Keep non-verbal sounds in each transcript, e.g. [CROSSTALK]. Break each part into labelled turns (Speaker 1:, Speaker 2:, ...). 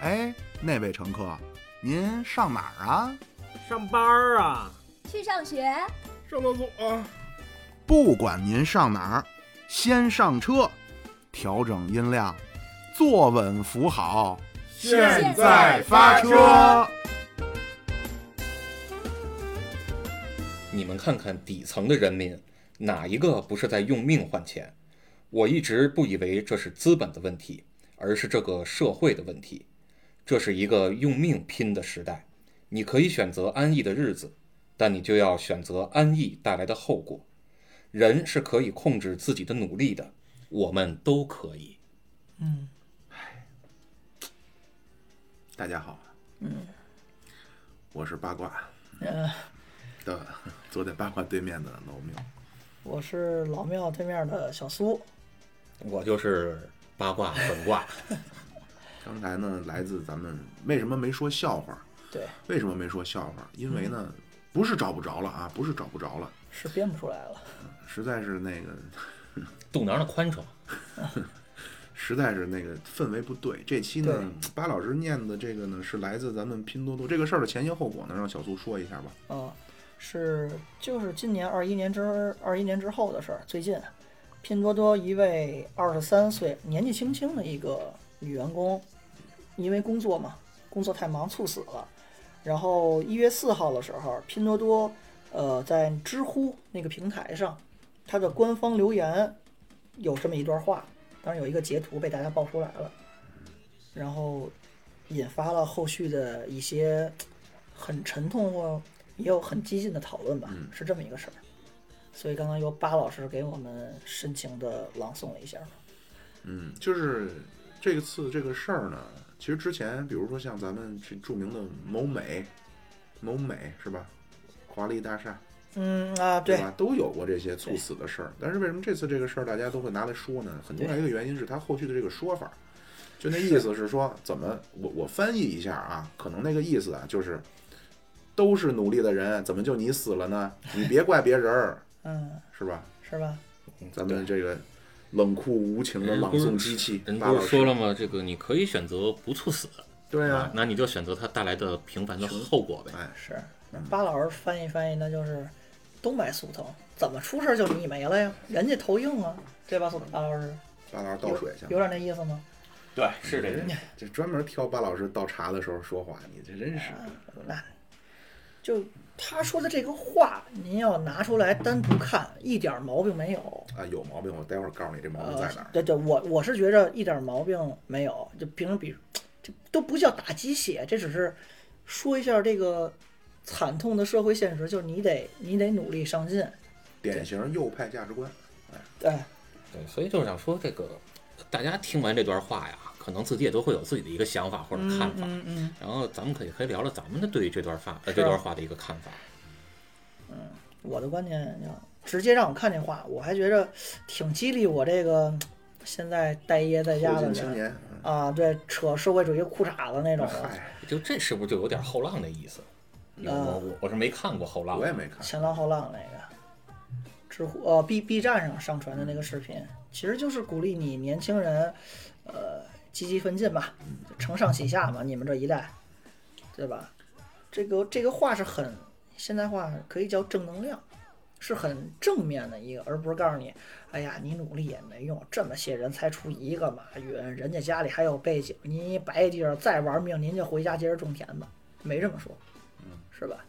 Speaker 1: 哎，那位乘客，您上哪儿啊？
Speaker 2: 上班儿啊，
Speaker 3: 去上学，
Speaker 4: 上厕所、啊。
Speaker 1: 不管您上哪儿，先上车，调整音量，坐稳扶好，
Speaker 3: 现在发车。
Speaker 5: 你们看看底层的人民，哪一个不是在用命换钱？我一直不以为这是资本的问题，而是这个社会的问题。这是一个用命拼的时代，你可以选择安逸的日子，但你就要选择安逸带来的后果。人是可以控制自己的努力的，我们都可以。
Speaker 6: 嗯，
Speaker 4: 大家好，
Speaker 6: 嗯，
Speaker 4: 我是八卦
Speaker 6: 呃，
Speaker 4: 的，坐在八卦对面的老缪。
Speaker 6: 我是老庙对面的小苏，
Speaker 5: 我就是八卦本 [LAUGHS] 卦，
Speaker 4: 刚才呢，来自咱们为什么没说笑话？
Speaker 6: 对，
Speaker 4: 为什么没说笑话？因为呢，不是找不着了啊，不是找不着了，
Speaker 6: 是编不出来了。
Speaker 4: 实在是那个，
Speaker 5: 肚腩的宽敞。
Speaker 4: 实在是那个氛围不对。这期呢，巴老师念的这个呢，是来自咱们拼多多这个事儿的前因后果呢，让小苏说一下吧。
Speaker 6: 嗯，是就是今年二一年之二一年之后的事儿。最近，拼多多一位二十三岁年纪轻轻的一个女员工，因为工作嘛，工作太忙猝死了。然后一月四号的时候，拼多多呃在知乎那个平台上，它的官方留言有这么一段话，当然有一个截图被大家爆出来了，然后引发了后续的一些很沉痛或也有很激进的讨论吧，
Speaker 4: 嗯
Speaker 6: 是这么一个事儿。所以刚刚由巴老师给我们深情的朗诵了一下。
Speaker 4: 嗯，就是这次这个事儿呢，其实之前，比如说像咱们这著名的某美，某美是吧？华丽大厦
Speaker 6: 嗯啊，对，
Speaker 4: 吧？都有过这些猝死的事儿，但是为什么这次这个事儿大家都会拿来说呢？很重要一个原因是他后续的这个说法，就那意思是说，怎么我我翻译一下啊？可能那个意思啊，就是都是努力的人，怎么就你死了呢？你别怪别人儿，
Speaker 6: [LAUGHS] 嗯，
Speaker 4: 是吧？
Speaker 6: 是吧？
Speaker 4: 咱们这个冷酷无情的
Speaker 5: 人
Speaker 4: 朗
Speaker 5: 不是
Speaker 4: 诵机器，
Speaker 5: 人
Speaker 4: 巴
Speaker 5: 不
Speaker 4: 老
Speaker 5: 是
Speaker 4: 师
Speaker 5: 说了吗？这个你可以选择不猝死，
Speaker 4: 对啊，
Speaker 5: 那你就选择它带来的平凡的后果呗。
Speaker 4: 哎，
Speaker 6: 是。那巴老师翻译翻译，那就是都买速腾，怎么出事儿就你没了呀？人家头硬啊，对吧？巴老师
Speaker 4: 巴老师倒
Speaker 6: 有
Speaker 4: 水去了
Speaker 6: 有。点那意思吗？
Speaker 5: 对，是这
Speaker 4: 人。这专门挑巴老师倒茶的时候说话，你这真是
Speaker 6: 啊那就他说的这个话，您要拿出来单独看，一点毛病没有。
Speaker 4: 啊，有毛病！我待会儿告诉你这毛病
Speaker 6: 呃
Speaker 4: 在哪，儿。
Speaker 6: 对对，我我是觉着一点毛病没有，就平时比这都不叫打鸡血，这只是说一下这个惨痛的社会现实，就是你得你得努力上进，
Speaker 4: 典型右派价值观，
Speaker 6: 哎，
Speaker 5: 对，所以就是想说，这个大家听完这段话呀，可能自己也都会有自己的一个想法或者看法。
Speaker 6: 嗯嗯。
Speaker 5: 然后咱们可以可以聊聊咱们的对于这段话呃
Speaker 6: 是
Speaker 5: 这
Speaker 6: 啊
Speaker 5: 段话的一个看法。
Speaker 6: 我的观点要直接让我看这话，我还觉着挺激励我这个嗯现在待业在家
Speaker 4: 后
Speaker 6: 的
Speaker 4: 进青
Speaker 6: 人
Speaker 4: 年。嗯
Speaker 6: 啊，对，扯社会主义裤衩子那种的，
Speaker 4: 嗨，
Speaker 5: 就这是不是就有点后浪的意思？我我我是没看过后
Speaker 6: 啊
Speaker 5: 浪
Speaker 4: 嗯我，也没看，
Speaker 6: 前浪后浪那个，知乎呃 B B 站上上传的那个视频，其实就是鼓励你年轻人，呃，积极奋进吧，承上启下嘛，你们这一代，对吧？这个这个话是很现代化，可以叫正能量，是很正面的一个，而不是告诉你，哎呀，你努力也没用，这么些人才出一个马云，人家家里还有背景，您白地上再玩命，您就回家接着种田吧，没这么说，
Speaker 4: 嗯
Speaker 6: 是吧？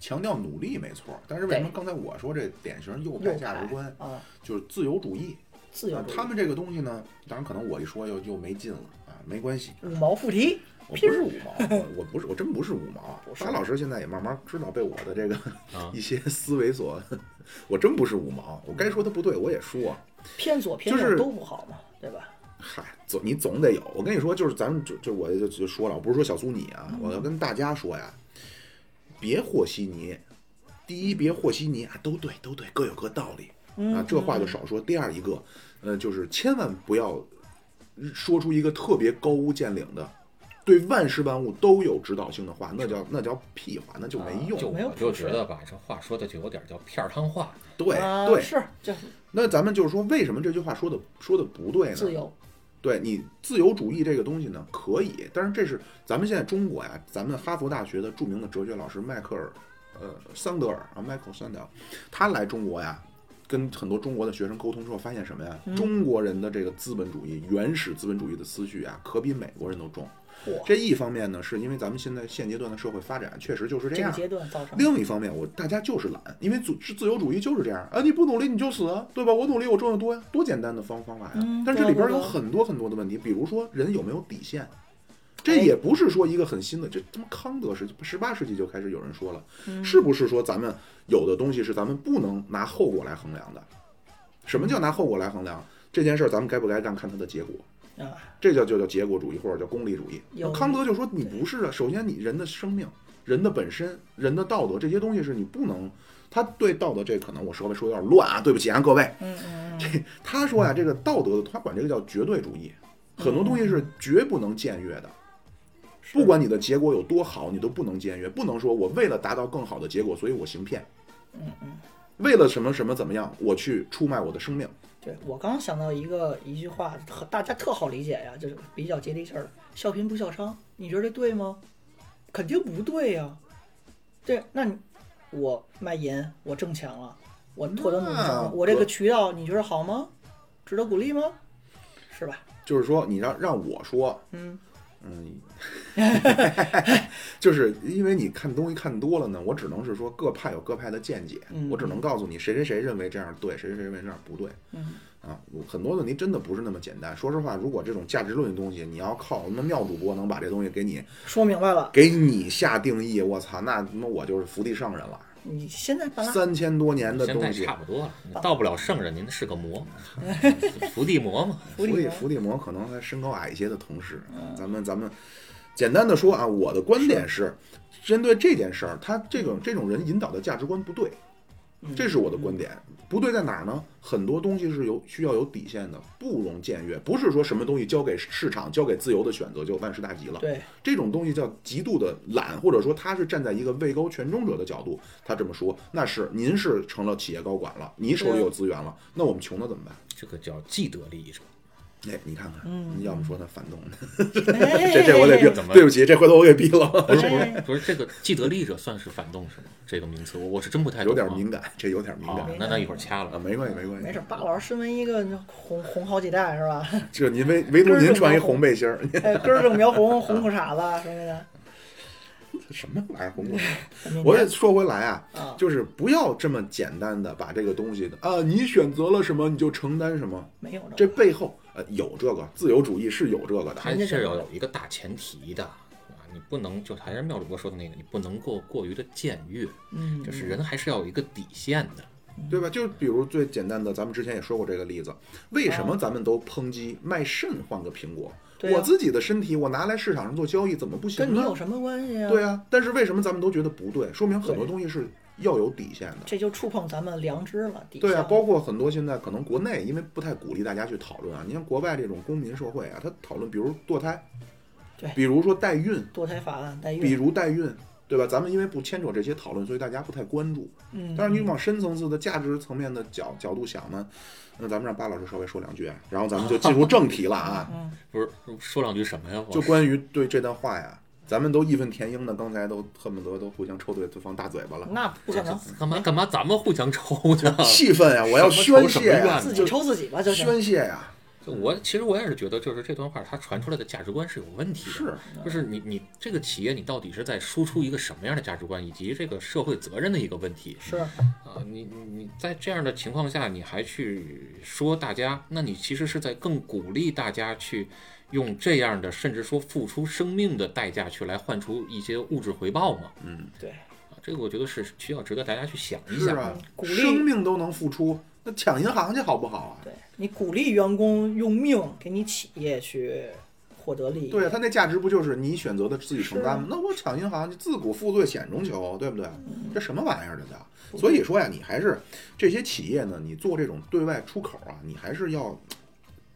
Speaker 4: 强调努力没错，但是为什么刚才我说这典型右派价值观
Speaker 6: 啊，
Speaker 4: 就是自由主义？
Speaker 6: 自由
Speaker 4: 那
Speaker 6: 主义
Speaker 4: 他们这个东西呢，当然可能我一说又又没劲了啊，没关系，
Speaker 6: 五毛附题，
Speaker 4: 我不是五毛，我我不是我真不是五毛啊
Speaker 6: 不。是
Speaker 4: 巴老师现在也慢慢知道被我的这个
Speaker 5: 啊
Speaker 4: 一些思维所， [LAUGHS] 我真不是五毛，啊我该说他不对我也说。
Speaker 6: 偏左偏
Speaker 4: 就是啊
Speaker 6: 右都不好嘛，对吧？
Speaker 4: 嗨，总你总得有。我跟你说，就是咱们就就我就就说了，我不是说小苏你啊，我要
Speaker 6: 嗯
Speaker 4: 跟大家说呀，别和稀泥。第一，别和稀泥啊，都对，都对，各有各道理
Speaker 6: 嗯
Speaker 4: 啊，这话就少说。第二一个，呃，就是千万不要说出一个特别高屋建瓴的，对万事万物都有指导性的话，那叫那叫屁话，那就没用。
Speaker 5: 就
Speaker 6: 没有
Speaker 5: 我就
Speaker 6: 普世
Speaker 5: 觉得吧，这话说的就有点叫片儿汤话。
Speaker 4: 对
Speaker 6: 啊
Speaker 4: 对，
Speaker 6: 是就是
Speaker 4: 那咱们就是说，为什么这句话说的说的不对呢？
Speaker 6: 自由，
Speaker 4: 对你自由主义这个东西呢，可以，但是这是咱们现在中国呀，咱们哈佛大学的著名的哲学老师迈克尔，呃，桑德尔啊，迈克尔桑德尔，他来中国呀，跟很多中国的学生沟通之后，发现什么呀？
Speaker 6: 嗯
Speaker 4: 中国人的这个资本主义、原始资本主义的思绪啊，可比美国人都重。
Speaker 6: 嚯，
Speaker 4: 这一方面呢，是因为咱们现在现阶段的社会发展确实就是这
Speaker 6: 这个
Speaker 4: 样。
Speaker 6: 阶段造成的
Speaker 4: 另一方面，我大家就是懒，因为自自由主义就是这样啊，你不努力你就死，对吧？我努力我挣得多呀，多简单的方方法呀。
Speaker 6: 嗯
Speaker 4: 但这里边
Speaker 6: 对啊哎
Speaker 4: 有
Speaker 6: 对啊
Speaker 4: 很多很多的问题，比如说人有没有底线，这也不是说一个很新的，这他妈康德时十八世纪就开始有人说了，
Speaker 6: 嗯
Speaker 4: 是不是说咱们有的东西是咱们不能拿后果来衡量的？什么叫拿后果来衡量？这件事儿咱们该不该干，看它的结果。
Speaker 6: 啊，
Speaker 4: 这叫就叫结果主义或者叫功利主义。
Speaker 6: 有
Speaker 4: 康德就说你不是啊，首先你人的生命、人的本身、人的道德这些东西是你不能。他对道德这可能我稍微说有点乱啊，对不起啊各位。
Speaker 6: 嗯嗯
Speaker 4: [LAUGHS] 这他说呀、这个道德的他管这个叫绝对主义，很多东西是绝不能僭越的。
Speaker 6: 嗯，是
Speaker 4: 不管你的结果有多好，你都不能僭越，不能说我为了达到更好的结果，所以我行骗。
Speaker 6: 嗯嗯，
Speaker 4: 为了什么什么怎么样，我去出卖我的生命。
Speaker 6: 对我刚想到一个一句话，很大家特好理解呀，就是比较接地气儿，笑贫不笑娼，你觉得这对吗？肯定不对呀、对，那你我卖淫，我挣钱了，我获得努
Speaker 4: 那
Speaker 6: 偿，我这
Speaker 4: 我
Speaker 6: 个渠道你觉得好吗？值得鼓励吗？是吧？
Speaker 4: 就是说，你让让我说，
Speaker 6: 嗯，
Speaker 4: 嗯， [LAUGHS] 就是因为你看东西看多了呢，我只能是说各派有各派的见解，
Speaker 6: 嗯
Speaker 4: 我只能告诉你谁谁谁认为这样对，谁谁谁认为这样不对。
Speaker 6: 嗯
Speaker 4: 啊，我很多问题真的不是那么简单。说实话，如果这种价值论的东西，你要靠那妙主播能把这东西给你
Speaker 6: 说明白了，
Speaker 4: 给你下定义，我操，那他妈我就是伏地上人了。
Speaker 6: 你现在把它
Speaker 4: 三千多年的
Speaker 5: 现在
Speaker 4: 东西啊
Speaker 5: 差，不多了，你到不了圣人，您是
Speaker 4: [LAUGHS]
Speaker 5: 个魔，伏地魔嘛。
Speaker 6: 处
Speaker 4: 伏
Speaker 6: 理
Speaker 4: 地
Speaker 6: 了
Speaker 4: 伏地魔可能还身高矮一些的同时，咱们咱们简单的说啊，我的观点是，针对这件事儿，他这种这种人引导的价值观不对，这是我的观点。不对在哪儿呢？很多东西是有需要有底线的，不容僭越。不是说什么东西交给市场、交给自由的选择就万事大吉了。 [LAUGHS]
Speaker 6: 对，
Speaker 4: 这种东西叫极度的懒，或者说他是站在一个位高权重者的角度，他这么说，那是您是成了企业高管了，您手里有资源了，那我们穷的怎么办？
Speaker 5: 这个叫既得利益者，
Speaker 4: 哎，你看看，
Speaker 6: 嗯
Speaker 4: 要么说他反动呢，
Speaker 6: 这
Speaker 4: [LAUGHS] 这这
Speaker 6: 哎
Speaker 4: 我得逼
Speaker 5: 怎么，
Speaker 4: 对不起，这回头我给逼了，
Speaker 5: 不是不是 [LAUGHS] 不是这个既得利益者算是反动是吗？这个名词我我是真不太懂
Speaker 4: [LAUGHS] 有
Speaker 5: 啊
Speaker 4: 点敏感，这有点敏感
Speaker 5: 哦，那那一会儿掐
Speaker 4: 啊，
Speaker 5: 了。
Speaker 4: 没关系没关系，
Speaker 6: 没事，霸老师身为一个红红好几代是吧？ [LAUGHS]
Speaker 4: 就您唯唯独
Speaker 6: 根
Speaker 4: 您
Speaker 6: 正
Speaker 4: 穿一
Speaker 6: 苗红
Speaker 4: 红背心儿， [LAUGHS]
Speaker 6: 哎，根正苗红，红裤衩子什么的。
Speaker 4: 什么玩意儿红裤衩？
Speaker 6: 你
Speaker 4: 我也说回来啊，
Speaker 6: 啊，
Speaker 4: 就是不要这么简单的把这个东西的啊，你选择了什么你就承担什么，
Speaker 6: 没有的
Speaker 4: 这背后呃有这个自由主义是有这个的，
Speaker 5: 还是要有一个大前提的啊，你不能就还是妙主播说的那个，你不能够过于的僭越，
Speaker 6: 嗯，
Speaker 5: 就是人还是要有一个底线的。
Speaker 4: 对吧？就比如最简单的，咱们之前也说过这个例子，为什么咱们都抨击卖肾换个苹果？
Speaker 6: 哦对啊
Speaker 4: 我自己的身体我拿来市场上做交易怎么不行呢？
Speaker 6: 跟你有什么关系啊？
Speaker 4: 对
Speaker 6: 啊，
Speaker 4: 啊，但是为什么咱们都觉得不对？说明很多
Speaker 6: 对
Speaker 4: 东西是要有底线的。
Speaker 6: 这就触碰咱们良知了，底
Speaker 4: 对啊，
Speaker 6: 线
Speaker 4: 包括很多现在可能国内因为不太鼓励大家去讨论啊，你像国外这种公民社会啊，他讨论比如堕胎，
Speaker 6: 对
Speaker 4: 比如说代孕，
Speaker 6: 堕胎法案代
Speaker 4: 比
Speaker 6: 孕，
Speaker 4: 如代孕，对吧？咱们因为不牵扯这些讨论，所以大家不太关注。
Speaker 6: 嗯，，
Speaker 4: 但是你往深层次的价值层面的角角度想呢，那咱们让巴老师稍微说两句，啊然后咱们就进入正题了啊
Speaker 6: [LAUGHS] 嗯，
Speaker 5: 不是说两句什么呀？我
Speaker 4: 就关于对这段话呀，咱们都义愤填膺的，刚才都恨不得都互相抽对对方大嘴巴了，
Speaker 6: 那不可能，
Speaker 5: 干嘛干嘛？咱们互相抽
Speaker 4: [LAUGHS]
Speaker 5: 呢？
Speaker 4: 气愤呀，我要
Speaker 5: 啊什么
Speaker 4: 宣
Speaker 5: 仇
Speaker 4: 泄呀，
Speaker 5: 什
Speaker 6: 自
Speaker 5: 么怨呢
Speaker 6: 己抽自己吧，就行。
Speaker 4: 宣泄呀，
Speaker 5: 就我其实我也是觉得，就是这段话它传出来的价值观是有问题的。
Speaker 4: 是，
Speaker 5: 就是你你这个企业你到底是在输出一个什么样的价值观，以及这个社会责任的一个问题
Speaker 6: 是，
Speaker 5: 啊？你你你在这样的情况下，你还去说大家，那你其实是在更鼓励大家去用这样的，甚至说付出生命的代价去来换出一些物质回报嘛？
Speaker 6: 对，
Speaker 5: 啊，这个我觉得是需要值得大家去想一
Speaker 4: 是
Speaker 5: 想。
Speaker 4: 啊，
Speaker 6: 鼓励
Speaker 4: 生命都能付出，那抢银行去好不好啊？
Speaker 6: 对你鼓励员工用命给你企业去获得利益，
Speaker 4: 对啊，他那价值不就是你选择的自己承担吗
Speaker 6: 是？
Speaker 4: 那我抢银行，你自古负罪险中求，对不对？
Speaker 6: 嗯
Speaker 4: 这什么玩意儿这叫？所以说呀，你还是这些企业呢，你做这种对外出口啊，你还是要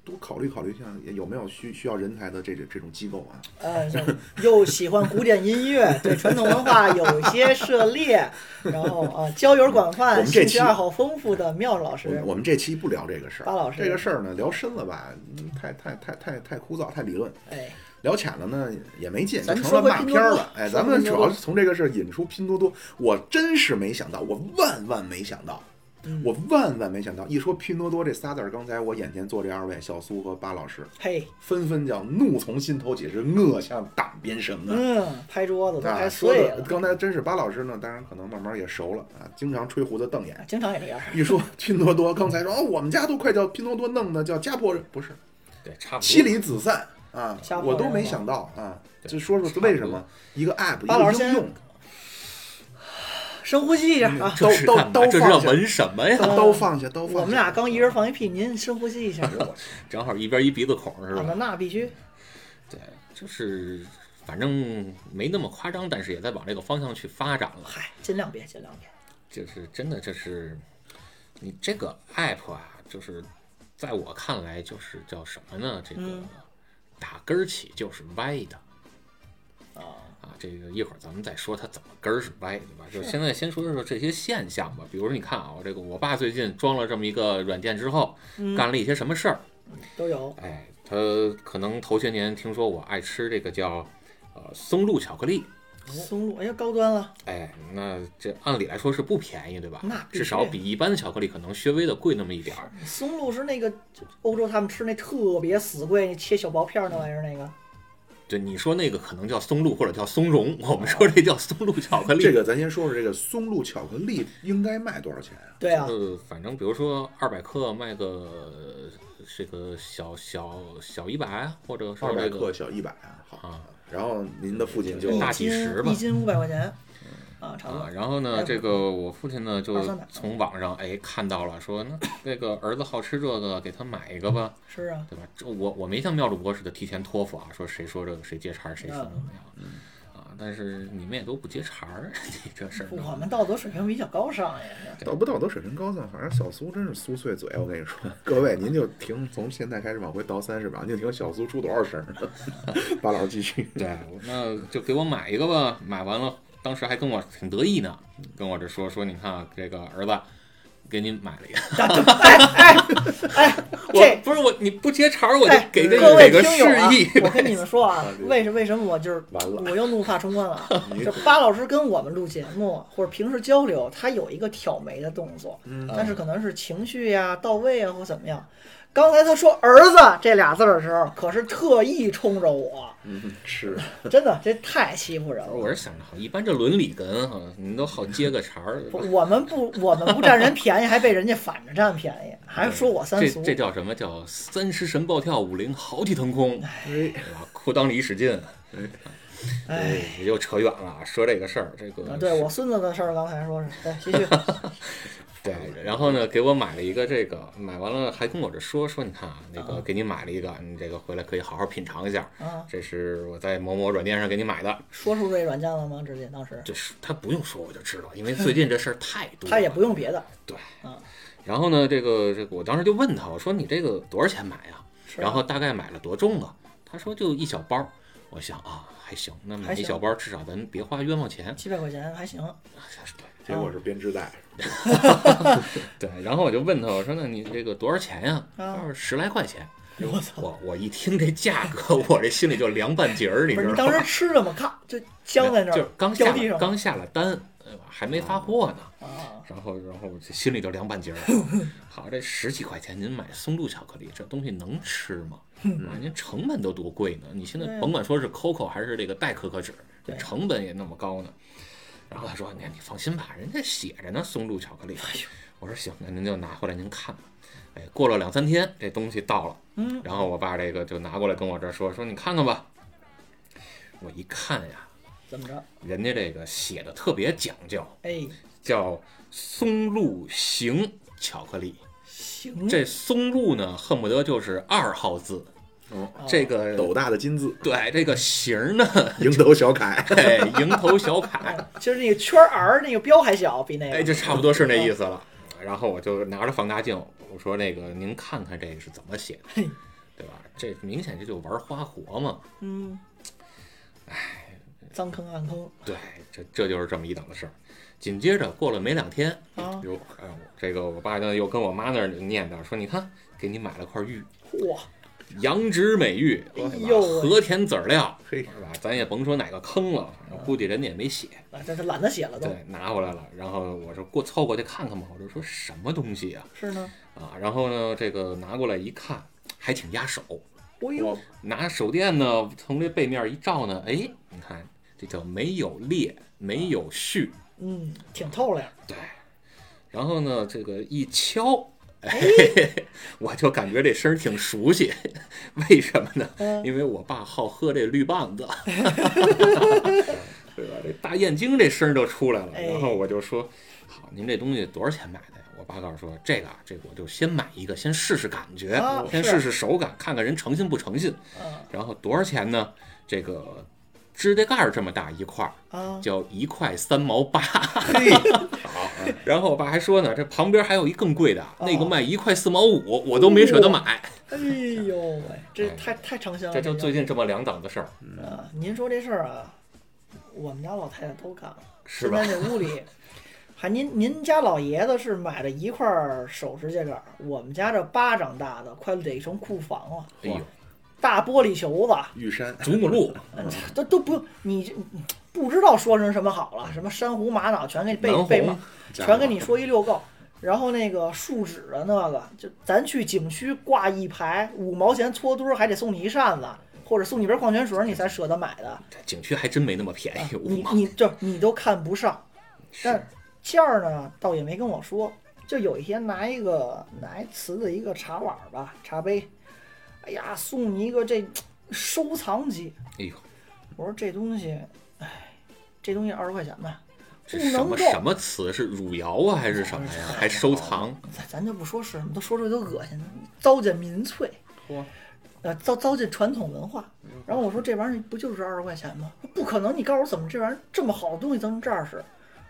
Speaker 4: 多考虑考虑一下，有没有需需要人才的这这这种机构啊？
Speaker 6: 呃，又喜欢古典音
Speaker 4: [LAUGHS]
Speaker 6: 乐，对传统文化有些涉猎，然后啊，交友广
Speaker 4: 我
Speaker 6: 泛，
Speaker 4: 们这
Speaker 6: 兴
Speaker 4: 期
Speaker 6: 趣爱好丰富的妙老
Speaker 4: 我们
Speaker 6: 师，
Speaker 4: 我们这期不聊这个事儿，
Speaker 6: 巴老师
Speaker 4: 这个事儿呢，聊深了吧，嗯太太太太太枯燥，太理论；
Speaker 6: 哎，
Speaker 4: 聊浅了呢，也没劲，就
Speaker 6: 咱们
Speaker 4: 成了
Speaker 6: 说回
Speaker 4: 骂
Speaker 6: 拼
Speaker 4: 片儿
Speaker 6: 多多
Speaker 4: 了。哎，
Speaker 6: 说
Speaker 4: 咱
Speaker 6: 回
Speaker 4: 们
Speaker 6: 拼
Speaker 4: 主
Speaker 6: 多多
Speaker 4: 要是从这个事儿引出拼多多，我真是没想到，我万万没想到。
Speaker 6: 嗯
Speaker 4: 我万万没想到，一说拼多多这仨字儿，刚才我眼前坐这二位小苏和巴老师，
Speaker 6: 嘿，
Speaker 4: 纷纷叫怒从心头起，是恶向胆边生啊！
Speaker 6: 嗯，拍桌子都
Speaker 4: 啊，
Speaker 6: 拍
Speaker 4: 说
Speaker 6: 碎
Speaker 4: 的
Speaker 6: 了，
Speaker 4: 刚才真是巴老师呢，当然可能慢慢也熟了啊，经常吹胡子瞪眼。
Speaker 6: 经常也这样，
Speaker 4: 一说 [LAUGHS] 拼多多，刚才说哦，我们家都快叫拼多多弄的叫家破人，不是
Speaker 5: 对，差不多。
Speaker 4: 妻离子散啊
Speaker 6: 家，破
Speaker 4: 我都
Speaker 6: 人
Speaker 4: 没
Speaker 6: 亡
Speaker 4: 想到啊。
Speaker 5: 对
Speaker 4: 就说说为什么一个 app 一
Speaker 6: 巴老
Speaker 4: 个
Speaker 6: 师
Speaker 4: 应
Speaker 6: 先
Speaker 4: 用，
Speaker 6: 深呼吸一下啊。
Speaker 5: 这是
Speaker 4: 刀
Speaker 5: 干嘛
Speaker 4: 刀
Speaker 5: 这是
Speaker 4: 放
Speaker 5: 要
Speaker 4: 下
Speaker 5: 闻什么呀？
Speaker 4: 刀刀放下，刀放下。
Speaker 6: 我们俩刚一人放一屁，您深呼吸一下。
Speaker 4: [LAUGHS]
Speaker 6: 啊，
Speaker 5: 正好一边一鼻子孔是
Speaker 6: 那
Speaker 4: 啊
Speaker 5: 吧？
Speaker 6: 啊那必须，
Speaker 5: 对，就是反正没那么夸张，但是也在往这个方向去发展了。
Speaker 6: 嗨，尽量别，尽量别。
Speaker 5: 就是真的，这是你这个 app 啊，就是在我看来，就是叫什么呢？这个
Speaker 6: 嗯
Speaker 5: 打根儿起就是歪的
Speaker 6: 啊，
Speaker 5: 啊。这个一会儿咱们再说它怎么根儿是歪的吧。就现在先说说这些现象吧。比如说，你看啊，我这个我爸最近装了这么一个软件之后，
Speaker 6: 嗯
Speaker 5: 干了一些什么事儿？
Speaker 6: 都
Speaker 4: 嗯
Speaker 6: 有
Speaker 5: 哎，他可能头些年听说我爱吃这个叫呃松露巧克力，
Speaker 6: 松露，哎呀，高端了，
Speaker 5: 哎，那这按理来说是不便宜，对吧？
Speaker 6: 那必须
Speaker 5: 至少比一般的巧克力可能稍微的贵那么一点儿。
Speaker 6: 松露是那个就欧洲他们吃那特别死贵，切小薄片儿那玩意儿那个。
Speaker 5: 对，你说那个可能叫松露或者叫松茸，我们说这叫松露巧克力。
Speaker 4: 这个咱先说说这个松露巧克力应该卖多少钱啊？
Speaker 6: 对啊，
Speaker 5: 呃，反正比如说二百克卖个呃这个小小小一百，或者说
Speaker 4: 二百
Speaker 5: 这个
Speaker 4: 克小一百啊，好。
Speaker 5: 啊
Speaker 4: 然后您的父亲就
Speaker 5: 对
Speaker 6: 一
Speaker 5: 大几十
Speaker 6: 斤
Speaker 5: 吧
Speaker 6: 一斤五百块钱，啊，差不
Speaker 5: 啊
Speaker 6: 多。，
Speaker 5: 然后
Speaker 6: 哎
Speaker 5: 呢，这个我父亲呢就
Speaker 6: 二三百
Speaker 5: 从网上哎看到了，说那那个儿子好吃这个，给他买一个吧，
Speaker 6: 是啊，
Speaker 5: 对吧？这我我没像妙主播似的提前托付啊，说谁说这个谁接茬儿谁说
Speaker 6: 嗯
Speaker 5: 怎么样啊，但是你们也都不接茬儿， [LAUGHS] 这这事儿弄
Speaker 6: 我
Speaker 5: 的
Speaker 6: 们道德水平比较高尚也是。
Speaker 4: 道不道德水平高尚，反正小苏真是苏碎嘴，我跟你说，各位您就听，从现在开始往回倒三十秒，您就听小苏出多少声儿。巴老师继
Speaker 6: 嗯
Speaker 4: 续，
Speaker 5: 对，我那就给我买一个吧。买完了，当时还跟我挺得意呢，跟我这说说，你看啊，这个儿子，给你买了一个。我
Speaker 6: 这
Speaker 5: 不是我，你不接茬儿，我就
Speaker 6: 哎
Speaker 5: 给这
Speaker 6: 各位
Speaker 5: 给个
Speaker 6: 听
Speaker 5: 示
Speaker 6: 友啊
Speaker 5: 意，。
Speaker 6: 我跟你们说
Speaker 5: [LAUGHS]
Speaker 6: 啊，为什为什么我就是
Speaker 4: 完了
Speaker 6: 我又怒发冲冠了？就巴老师跟我们录节目或者平时交流，他有一个挑眉的动作，
Speaker 5: 嗯
Speaker 6: 但是可能是情绪呀、到位啊或怎么样。刚才他说“儿子”这俩字儿的时候，可是特意冲着我，
Speaker 4: 嗯， [LAUGHS] 是
Speaker 6: 真的，这太欺负人了。
Speaker 5: 我是想着，好，一般这伦理哏哈，你都好接个茬儿。
Speaker 6: 不我们不，我们不占人便宜，还被人家反着占便宜，还说我三
Speaker 5: 这
Speaker 6: 俗。
Speaker 5: 这叫什么叫三十神暴跳，五灵豪气腾空，
Speaker 4: 哎，
Speaker 5: 对吧？裤裆里一使劲，
Speaker 6: 哎，
Speaker 5: 也就扯远了。说这个事儿，这个
Speaker 6: 啊对我孙子的事儿，刚才说是，对，
Speaker 5: [LAUGHS]
Speaker 6: 继续。
Speaker 5: 对，然后呢，给我买了一个这个，买完了还跟我这说说，你看啊，那
Speaker 6: 嗯
Speaker 5: 个给你买了一个，你这个回来可以好好品尝一下。
Speaker 6: 啊，
Speaker 5: 这是我在某某软件上给你买的，
Speaker 6: 说出这软件了吗？直接当时
Speaker 5: 就是他不用说我就知道，因为最近这事儿太多了。
Speaker 6: 他也不用别的，
Speaker 5: 对
Speaker 6: 啊。
Speaker 5: 然后呢，这个这个，我当时就问他，我说你这个多少钱买呀？
Speaker 6: 是吧啊
Speaker 5: 然后大概买了多重啊？他说就一小包。我想啊，还行，那买
Speaker 6: 还
Speaker 5: 一
Speaker 6: 行
Speaker 5: 小包，至少咱别花冤枉
Speaker 6: [LAUGHS]
Speaker 5: 钱。
Speaker 6: 几百块钱还行，
Speaker 4: 结果是编织袋，
Speaker 5: 对，然后我就问他，我说那你这个多少钱呀？
Speaker 6: 啊
Speaker 5: 他说十来块钱。
Speaker 6: 我操！
Speaker 5: 我我一听这价格，我这心里就凉半截儿，你
Speaker 6: 不
Speaker 5: 知
Speaker 6: 是
Speaker 5: 道
Speaker 6: 你
Speaker 5: 吗？
Speaker 6: 当时吃了吗？咔，就僵在那
Speaker 5: 就是
Speaker 6: 儿，
Speaker 5: 刚下
Speaker 6: 掉地上
Speaker 5: 了刚下了单，对吧还没发货呢。
Speaker 6: 啊！
Speaker 5: 然后，然后我这心里就凉
Speaker 6: [LAUGHS]
Speaker 5: 半截儿。好，这十几块钱您买松露巧克力，这东西能吃吗？啊，您成本都多贵呢！你现
Speaker 6: 嗯对
Speaker 5: 在
Speaker 6: 啊
Speaker 5: 甭管说是 COCO 还是这个代可可脂，这
Speaker 6: 对
Speaker 5: 成本也那么高呢。然后他说：“你你放心吧，人家写着呢，松露巧克力。”
Speaker 6: 哎
Speaker 5: 我说：“行，那您就拿回来您看吧。”哎，过了两三天，这东西到了，
Speaker 6: 嗯，
Speaker 5: 然后我爸这个就拿过来跟我这儿说：“说你看看吧。”我一看呀，
Speaker 6: 怎么着？
Speaker 5: 人家这个写的特别讲究，
Speaker 6: 哎，
Speaker 5: 叫松露型巧克力。
Speaker 6: 行，
Speaker 5: 这松露呢，恨不得就是二号字。
Speaker 4: 哦，
Speaker 6: 啊
Speaker 5: 这个
Speaker 4: 斗大的金
Speaker 5: [LAUGHS]
Speaker 4: 字，
Speaker 5: 对这个型儿呢，
Speaker 4: 蝇头小楷，
Speaker 5: 哎，蝇头小
Speaker 6: [LAUGHS]
Speaker 5: 楷，
Speaker 6: 哎就是那个圈儿 R 那个标还小，比那
Speaker 5: 哎，
Speaker 6: 个
Speaker 5: 就差不多是那意思了。然后我就拿着放大镜，我说那个您看看这个是怎么写的。对吧？这明显这就玩花活嘛。
Speaker 6: 嗯，哎，脏坑暗坑
Speaker 5: 对，这这就是这么一档子事儿。紧接着过了没两天，
Speaker 6: 啊！
Speaker 5: 比如哎，我这个我爸呢又跟我妈那儿念叨说，你看给你买了块玉，
Speaker 6: 嚯，
Speaker 5: 羊脂美玉，
Speaker 6: 哎
Speaker 5: 是吧
Speaker 6: 呦喂
Speaker 5: 和田籽儿料，
Speaker 4: 嘿
Speaker 5: 是吧？咱也甭说哪个坑了，反正估计人家也没写，
Speaker 6: 啊，这是懒得写了都。
Speaker 5: 对，拿回来了。然后我说过凑过去看看吧，我就说什么东西啊
Speaker 6: 是呢，
Speaker 5: 啊！然后呢，这个拿过来一看，还挺压手。
Speaker 6: 哎呦，
Speaker 4: 我
Speaker 5: 拿手电呢，从这背面一照呢，哎，你看这叫没有裂，没有絮，
Speaker 6: 嗯，挺透了呀。
Speaker 5: 对。然后呢，这个一敲，
Speaker 6: 哎，
Speaker 5: [LAUGHS] 我就感觉这声儿挺熟悉， [LAUGHS] 为什么呢？
Speaker 6: 嗯
Speaker 5: 因为我爸好喝这绿棒子， [LAUGHS] 对吧？这大燕京这声儿就出来了。
Speaker 6: 哎
Speaker 5: 然后我就说：“好，您这东西多少钱买的呀？”我爸告诉说：“这个啊，这个我就先买一个，先试试感觉，
Speaker 6: 啊
Speaker 5: 先
Speaker 6: 是
Speaker 5: 试试手感，看看人诚信不诚信。
Speaker 6: 啊
Speaker 5: 然后多少钱呢？这个指甲盖儿这么大一块儿，
Speaker 6: 啊，
Speaker 5: 叫一块三毛八。
Speaker 4: 嘿，
Speaker 5: [LAUGHS] 然后我爸还说呢，这旁边还有一更贵的，
Speaker 6: 哦
Speaker 5: 那个卖一块四毛五，我都没舍得买。
Speaker 6: 哎呦喂，
Speaker 5: [LAUGHS]
Speaker 6: 这太太尝鲜了。
Speaker 5: 嗯这就最
Speaker 6: 个
Speaker 5: 近这么两档子事儿，
Speaker 6: 啊，您说这事儿啊，我们家老太太都干了。
Speaker 5: 是
Speaker 6: 现
Speaker 5: 吧
Speaker 6: 在？这屋里，还您您家老爷子是买了一块儿手指甲盖儿，我们家这巴掌大的快垒成库房了，
Speaker 5: 哎呦，
Speaker 6: 大玻璃球子，
Speaker 4: 玉山
Speaker 5: 祖母绿，
Speaker 6: [LAUGHS] 都都不用你这不知道说成什么好了，什么珊瑚玛瑙全给被
Speaker 5: 南
Speaker 6: 被
Speaker 5: 红，
Speaker 6: 全跟你说一溜够。然后那个树脂的那个，就咱去景区挂一排五毛钱搓堆儿，还得送你一扇子，或者送你瓶矿泉水，你才舍得买的。
Speaker 5: 这景区还真没那么便宜，五
Speaker 6: 你
Speaker 5: 毛。
Speaker 6: 啊你就你都看不上。但馅儿呢，倒也没跟我说。就有一天拿一个拿一瓷的一个茶碗儿吧，茶杯，哎呀，送你一个这收藏级。
Speaker 5: 哎呦，
Speaker 6: 我说这东西，哎，这东西二十块钱吧，不
Speaker 5: 这什
Speaker 6: 能
Speaker 5: 么
Speaker 6: 够。
Speaker 5: 什么词是汝窑啊，还是什么呀？还收藏？
Speaker 6: 咱咱就不说是什么，都说出来都恶心了，糟践民粹，呃，糟糟践传统文化。然后我说这玩意儿不就是二十块钱吗？不可能！你告诉我怎么这玩意儿这么好的东西能这样式？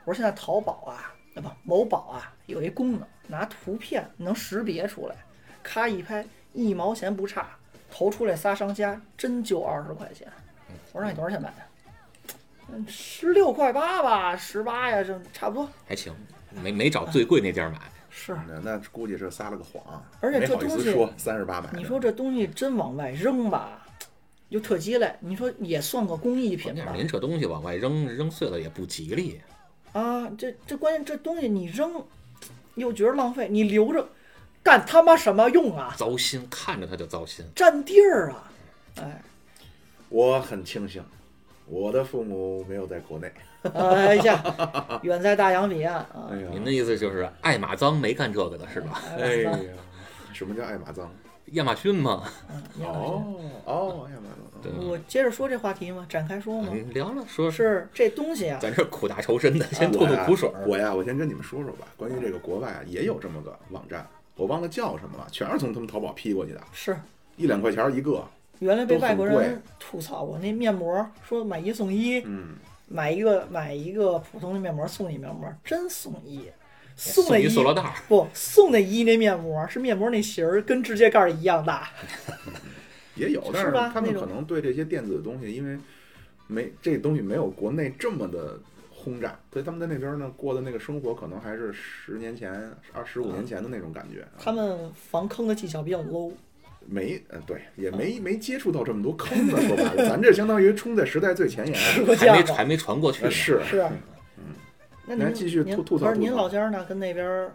Speaker 6: 我说现在淘宝啊，啊不某宝啊有一功能，拿图片能识别出来，咔一拍，一毛钱不差，投出来仨商家，真就二十块钱。我说那你多少钱买的？嗯，十六块八吧，十八呀，这差不多。
Speaker 5: 还行，没没找最贵那家买。
Speaker 6: 是
Speaker 4: 那 [LAUGHS] 那估计是撒了个谎，
Speaker 6: 而且
Speaker 4: 没
Speaker 6: 这
Speaker 4: 好意
Speaker 6: 东
Speaker 4: 思
Speaker 6: 西
Speaker 4: 说三十八买的。
Speaker 6: 你说这东西真往外扔吧，又特鸡肋。你说也算个工艺品
Speaker 5: 关键哦是
Speaker 6: 吧？
Speaker 5: 您这东西往外扔，扔碎了也不吉利。
Speaker 6: 啊，这这关键这东西你扔，又觉得浪费，你留着干他妈什么用啊？
Speaker 5: 糟心，看着它就糟心。
Speaker 6: 占地儿啊！哎，
Speaker 4: 我很庆幸，我的父母没有在国内。
Speaker 6: 哎呀，远在大洋彼岸啊！
Speaker 4: 呀
Speaker 5: 您的意思就是爱马脏没干这个的是
Speaker 6: 嗯
Speaker 5: 吧？
Speaker 4: 哎呀，什么叫爱马脏？
Speaker 5: 亚马逊嘛，
Speaker 6: 你看
Speaker 4: 哦哦，爱马脏。
Speaker 5: 对啊
Speaker 6: 我接着说这话题吗？展开说吗？
Speaker 5: 您哎聊了说，
Speaker 6: 是这东西啊，
Speaker 5: 咱这苦大仇深的，先吐
Speaker 4: 我
Speaker 5: 吐
Speaker 4: 呀
Speaker 5: 苦水儿。
Speaker 4: 我呀，我先跟你们说说吧，关于这个国外啊，也有这么个网站，我忘了叫什么了，全是从他们淘宝批过去的，
Speaker 6: 是
Speaker 4: 一两块钱一个。
Speaker 6: 原来被外国
Speaker 4: 都很贵
Speaker 6: 人吐槽过那面膜，说买一送一，
Speaker 4: 嗯，
Speaker 6: 买一个买一个普通的面膜送你面膜，真送一，送了
Speaker 5: 一
Speaker 6: 一
Speaker 5: 塑料袋儿，
Speaker 6: 不送的一那面膜是面膜那型儿跟指甲盖儿一样大，
Speaker 4: 也有，但是
Speaker 6: 是吧
Speaker 4: 他们
Speaker 6: 那
Speaker 4: 可
Speaker 6: 种
Speaker 4: 能对这些电子的东西，因为没这东西没有国内这么的轰炸，所以他们在那边呢过的那个生活，可能还是十年前、二十
Speaker 6: 嗯
Speaker 4: 五年前的那种感觉。
Speaker 6: 他们防坑的技巧比较 low。
Speaker 4: 没，呃，对，也
Speaker 6: 嗯
Speaker 4: 没没接触到这么多坑呢。说白了，咱这相当于冲在时代最前沿。
Speaker 6: 是不是这
Speaker 5: 还
Speaker 6: 样
Speaker 5: 没
Speaker 6: 的？
Speaker 5: 还没传过去
Speaker 4: 呃
Speaker 5: 呢。
Speaker 4: 是
Speaker 6: 是啊，
Speaker 4: 嗯
Speaker 6: 那您
Speaker 4: 来继续
Speaker 6: 您
Speaker 4: 吐吐槽
Speaker 6: 不是
Speaker 4: 吐槽
Speaker 6: 您老家那跟那边儿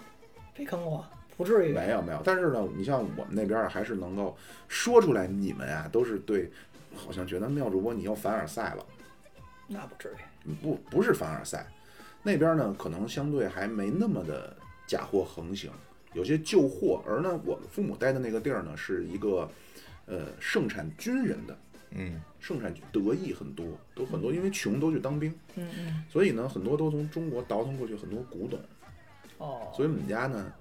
Speaker 6: 被坑过，不至于。
Speaker 4: 没有没有，但是呢，你像我们那边儿还是能够说出来，你们啊都是对，好像觉得妙主播你又凡尔赛了。
Speaker 6: 那不至于。
Speaker 4: 你不不是凡尔赛，那边呢可能相对还没那么的假货横行，有些旧货。而呢，我父母待的那个地儿呢，是一个呃盛产军人的，
Speaker 5: 嗯，
Speaker 4: 盛产德裔很多，都很多，因为穷都去当兵，
Speaker 6: 嗯嗯，
Speaker 4: 所以呢很多都从中国倒腾过去很多古董。
Speaker 6: 哦，
Speaker 4: 所以我们家呢，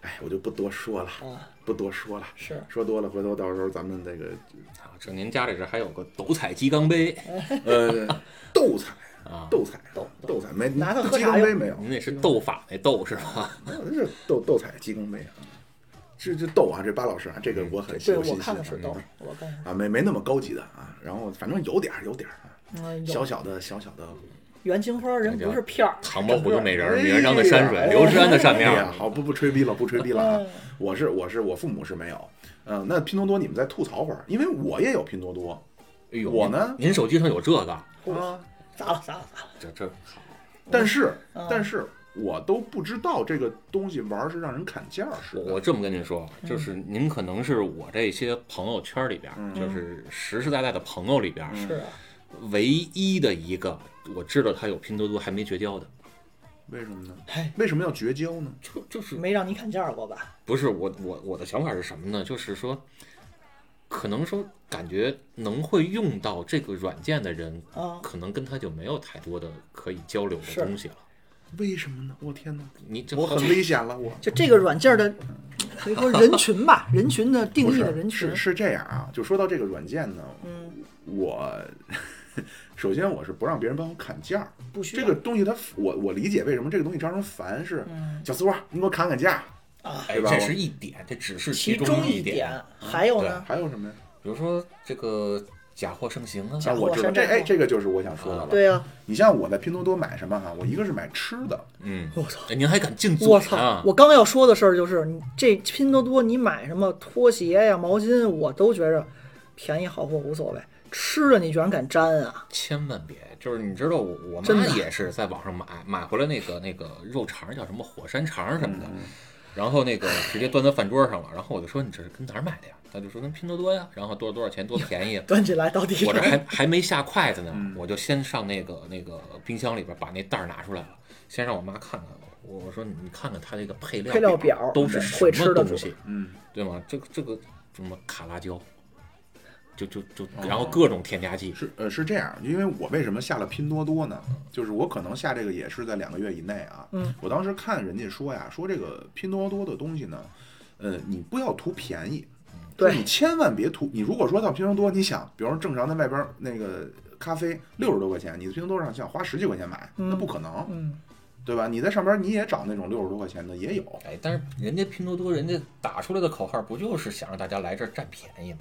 Speaker 4: 哎，我就不多说了，
Speaker 6: 啊
Speaker 4: 不多说了，
Speaker 6: 是
Speaker 4: 说多了回头到时候咱们那个
Speaker 5: 啊，这您家里这还有个斗彩鸡缸杯
Speaker 4: 呃 [LAUGHS] 斗彩
Speaker 5: 啊，
Speaker 4: 斗彩
Speaker 6: 斗
Speaker 4: 斗彩没
Speaker 6: 拿它喝
Speaker 4: 鸡
Speaker 6: 茶
Speaker 4: 缸杯
Speaker 6: 用
Speaker 4: 没有？
Speaker 5: 您那是斗法那斗是吧？
Speaker 4: 那是斗斗彩鸡缸杯啊。这这逗啊，这巴老师啊，这个我很
Speaker 6: 嗯对
Speaker 4: 有
Speaker 6: 我
Speaker 4: 信心
Speaker 6: 看
Speaker 4: 啊
Speaker 6: 的是都，我看的是，
Speaker 4: 啊，没没那么高级的啊，然后反正有点儿有点儿啊，
Speaker 6: 嗯，
Speaker 4: 小
Speaker 6: 有
Speaker 4: 小的小小的，
Speaker 6: 袁青花人不是片儿，
Speaker 5: 唐伯虎
Speaker 6: 整
Speaker 5: 的
Speaker 6: 个
Speaker 5: 美人儿，
Speaker 4: 哎
Speaker 5: 女人张的山水
Speaker 4: 呀，
Speaker 5: 刘诗安的扇
Speaker 4: 哎
Speaker 5: 面
Speaker 4: 呀，
Speaker 5: 儿，
Speaker 4: 好不不吹逼了，不吹逼了啊
Speaker 6: 嗯！
Speaker 4: 我是我是我父母是没有，呃，那拼多多你们再吐槽会儿，因为我也有拼多
Speaker 6: 啊
Speaker 4: 多
Speaker 5: 哎呦
Speaker 4: 我呢
Speaker 5: 您您手机上有这个，
Speaker 4: 啊，
Speaker 6: 砸了砸了砸了，
Speaker 5: 这这
Speaker 4: 但是
Speaker 6: 嗯
Speaker 4: 但是我都不知道这个东西玩儿是让人砍价儿似
Speaker 5: 我
Speaker 4: 的
Speaker 5: 我，这么跟您说，就是您可能是我这些朋友圈里边儿，
Speaker 4: 嗯
Speaker 5: 就是实实在在的朋友里边儿，
Speaker 6: 是啊，
Speaker 5: 唯一的一个我知道他有拼多多还没绝交的，
Speaker 4: 为什么呢？
Speaker 6: 哎，
Speaker 4: 为什么要绝交呢？
Speaker 5: 就就是
Speaker 6: 没让你砍价过吧？
Speaker 5: 不是我我我的想法是什么呢？就是说，可能说感觉能会用到这个软件的人，
Speaker 6: 啊，
Speaker 5: 可能跟他就没有太多的可以交流
Speaker 6: 是
Speaker 5: 的东西了。
Speaker 4: 为什么呢？我天哪，
Speaker 5: 你这
Speaker 4: 我很危险了，我。
Speaker 6: 就这个软件的，可以说人群吧，人群的定
Speaker 4: 不
Speaker 6: 义
Speaker 4: 是
Speaker 6: 的人群
Speaker 4: 是，是这样啊，就说到这个软件呢，
Speaker 6: 嗯，
Speaker 4: 我 [LAUGHS] 首先我是不让别人帮我砍价儿，
Speaker 6: 不需
Speaker 4: 这
Speaker 6: 要
Speaker 4: 个东西它我我理解为什么这个东西让人烦是，
Speaker 6: 嗯
Speaker 4: 小丝瓜，你给我砍砍价。
Speaker 5: 哎，
Speaker 4: 对吧
Speaker 5: 这是一点，这只是
Speaker 6: 其
Speaker 5: 中
Speaker 6: 中
Speaker 5: 一
Speaker 6: 一
Speaker 5: 点。啊
Speaker 6: 点，还有呢，
Speaker 4: 还有什么呀？
Speaker 5: 比如说这个假货盛行啊，
Speaker 6: 假
Speaker 4: 啊，
Speaker 6: 货
Speaker 4: 我知道
Speaker 6: 山
Speaker 4: 这
Speaker 6: 寨
Speaker 4: 哎，
Speaker 6: 货
Speaker 4: 这个就是我想说的了。
Speaker 6: 对呀，
Speaker 4: 你像我在拼多多买什么哈、我一个是买吃的，
Speaker 5: 嗯，
Speaker 6: 我操。
Speaker 5: 哎您还敢进嘴
Speaker 6: 我操
Speaker 5: 啊！！
Speaker 6: 我刚要说的事儿就是，你这拼多多你买什么拖鞋呀、毛巾，我都觉着便宜好货无所谓。吃的你居然敢沾啊！
Speaker 5: 千万别，就是你知道我我
Speaker 6: 真
Speaker 5: 妈
Speaker 6: 的。
Speaker 5: 也是在网上买买回来那个那个肉肠儿叫什么火山肠儿什么的，然后那个直接端到饭桌上了，然后我就说你这是跟哪儿买的呀？她就说跟拼多多呀，然后多少多少钱多便宜
Speaker 6: [LAUGHS] 端起来到底
Speaker 5: 我这还还没下筷子呢，
Speaker 6: 嗯
Speaker 5: 我就先上那个那个冰箱里边把那袋儿拿出来了，先让我妈看看。我我说你你看看它这个配料
Speaker 6: 配料
Speaker 5: 表
Speaker 6: 表
Speaker 5: 都是
Speaker 6: 对
Speaker 5: 什
Speaker 6: 会吃
Speaker 5: 么
Speaker 6: 的
Speaker 5: 东
Speaker 6: 主
Speaker 5: 西，
Speaker 4: 嗯，
Speaker 5: 对吗？这个这个什么卡拉椒，就就就
Speaker 6: 哦
Speaker 5: 然后各种添加剂，
Speaker 6: 嗯
Speaker 4: 是呃是这样，因为我为什么下了拼多多呢？就是我可能下这个也是在两个月以内啊。
Speaker 6: 嗯，
Speaker 4: 我当时看人家说呀，说这个拼多多的东西呢，呃，你不要图便宜，
Speaker 6: 对
Speaker 4: 就你千万别图。你如果说到拼多多，你想，比方说正常在外边儿那个咖啡六十多块钱，你在拼多多上想花十几块钱买，那不可能，
Speaker 6: 嗯，
Speaker 4: 对吧？你在上边儿你也找那种六十多块钱的也有，
Speaker 5: 哎，但是人家拼多多人家打出来的口号不就是想让大家来这儿占便宜吗？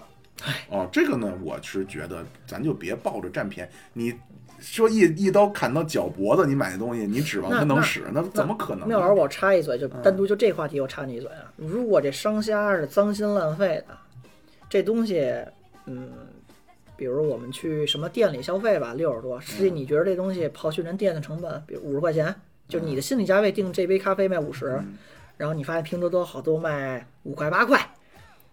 Speaker 4: 哦，这个呢，我是觉得咱就别抱着占便宜。你说一一刀砍到脚脖子，你买的东西，你指望
Speaker 6: 那
Speaker 4: 它能
Speaker 6: 那
Speaker 4: 使，那怎么可能呢？
Speaker 6: 妙儿，我插一嘴，
Speaker 5: 嗯
Speaker 6: 就单独就这话题，我插你一嘴啊。如果这商家是脏心烂肺的，这东西，嗯，比如我们去什么店里消费吧，六十多，实际
Speaker 5: 嗯
Speaker 6: 你觉得这东西刨去人店的成本，比如五十块钱，就是
Speaker 5: 嗯
Speaker 6: 你的心理价位定这杯咖啡卖五十，然后你发现拼多多好多卖五块八块，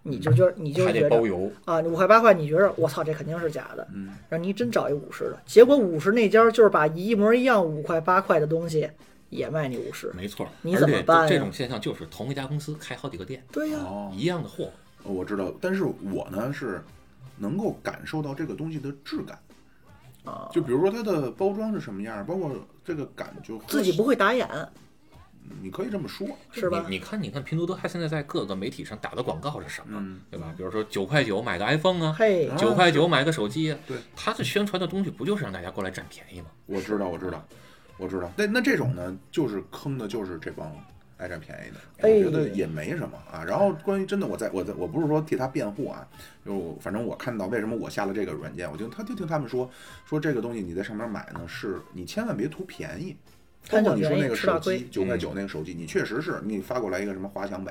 Speaker 6: 你就就你就
Speaker 5: 嗯还
Speaker 6: 觉
Speaker 5: 得
Speaker 6: 得
Speaker 5: 包邮，嗯
Speaker 6: 啊，你五块八块，你觉着我操，这肯定是假的。然后你真找一五十的，结果五十那家就是把一模一样五块八块的东西也卖你五十。
Speaker 5: 没错儿。
Speaker 6: 你
Speaker 5: 而
Speaker 6: 怎么
Speaker 5: 且
Speaker 6: 办呀
Speaker 5: 这种现象就是同一家公司开好几个店，
Speaker 6: 对呀、
Speaker 4: 哦
Speaker 5: 一样的货。
Speaker 4: 我知道，但是我呢是能够感受到这个东西的质感。
Speaker 6: 啊
Speaker 4: 就比如说它的包装是什么样，包括这个感觉，
Speaker 6: 自己不会打眼，
Speaker 4: 你可以这么说。啊
Speaker 6: 是吧？
Speaker 5: 你你看，你看拼多多它现在在各个媒体上打的广告是什么，对吧？比如说九块九买个 iPhone 啊，
Speaker 6: 嗯嘿，
Speaker 4: 啊
Speaker 5: 九块九买个手机啊，
Speaker 4: 对，
Speaker 5: 它的宣传的东西不就是让大家过来占便宜吗？
Speaker 4: 我知道，我知道，我知道。那那这种呢，就是坑的，就是这帮爱占便宜的。我
Speaker 6: 哎
Speaker 4: 觉得也没什么啊。然后关于真的，我在我在我不是说替他辩护啊，就反正我看到为什么我下了这个软件，我就他就听他们说说这个东西你在上面买呢，是你千万别图便宜。包
Speaker 6: 贪
Speaker 4: 括
Speaker 6: 小
Speaker 4: 你说
Speaker 6: 便宜
Speaker 4: 那个
Speaker 6: 吃大
Speaker 4: 手机
Speaker 6: 亏
Speaker 4: 九块九那个手机，你确实是你发过来一个什么华强北，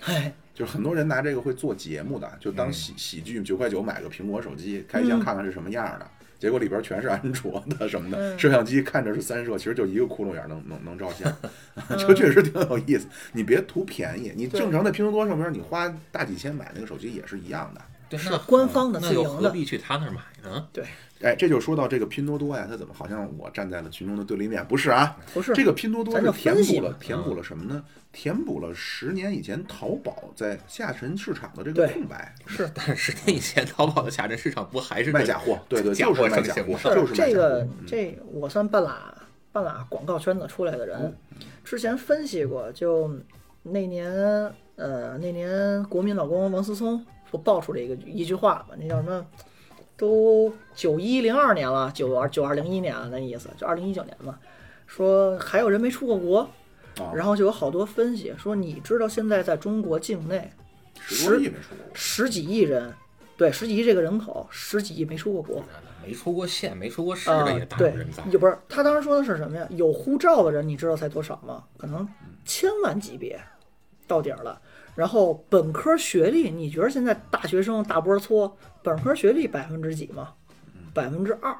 Speaker 6: 嘿，
Speaker 4: 就是很多人拿这个会做节目的，就
Speaker 6: 嗯
Speaker 4: 当喜喜剧，九块九买个苹果手机，开箱看看是什么样的。结果里边全是安卓
Speaker 6: [LAUGHS]
Speaker 4: 的什么的，
Speaker 6: 嗯
Speaker 4: 摄像机看着是三摄，其实就一个窟窿眼儿
Speaker 6: [LAUGHS]
Speaker 4: 能能能照相，
Speaker 6: 嗯
Speaker 4: [LAUGHS] 就确实挺有意思。你别图便宜，你正常在拼多多上面你花大几千买那个手机也是一样的。
Speaker 5: 对，
Speaker 6: 是
Speaker 5: 那
Speaker 6: 官方的
Speaker 5: 那
Speaker 6: 自
Speaker 5: 又
Speaker 6: 营
Speaker 5: 何
Speaker 6: 的
Speaker 5: 必去他那儿买呢？
Speaker 6: 对，
Speaker 4: 哎，这就说到这个拼多多呀，它怎么好像我站在了群众的对立面？不是啊，
Speaker 6: 不是
Speaker 4: 这个拼多多
Speaker 6: 咱
Speaker 4: 是
Speaker 6: 就
Speaker 4: 填
Speaker 6: 分析
Speaker 4: 补了
Speaker 6: 嘛
Speaker 4: 填补了什么呢？填补了十年以前淘宝在下沉市场的这个
Speaker 6: 对
Speaker 4: 空白。
Speaker 6: 是
Speaker 5: 但是十年以前淘宝的下沉市场不还是
Speaker 4: 卖
Speaker 5: 这
Speaker 4: 假货，对对，
Speaker 5: 假
Speaker 4: 就是
Speaker 5: 货
Speaker 4: 卖
Speaker 5: 盛
Speaker 4: 假
Speaker 5: 行
Speaker 4: 货，
Speaker 5: 吗
Speaker 4: 就是卖
Speaker 6: 这
Speaker 4: 嗯假
Speaker 6: 个
Speaker 4: 货。
Speaker 6: 这我算半拉半拉广告圈子出来的
Speaker 4: 嗯
Speaker 6: 人，之前分析过，就那年呃那年国民老公王思聪不爆出了一个一句话嘛，那叫什么？都九一零二年了，九二九二零一年了，啊那意思就二零一九年嘛。说还有人没出过国，
Speaker 4: 啊
Speaker 6: 然后就有好多分析说，你知道现在在中国境内
Speaker 4: 十多亿没出过国，
Speaker 6: 十几亿人，对，十几亿这个人口，十几亿没出过国。
Speaker 5: 没出过县，没出过市
Speaker 6: 啊
Speaker 5: 的也，大有
Speaker 6: 对
Speaker 5: 人在，。
Speaker 6: 也不是他当时说的是什么呀？有护照的人，你知道才多少吗？可能千万级别，到底儿了。然后本科学历，你觉得现在大学生大波搓本科学历百分之几吗？百分之二，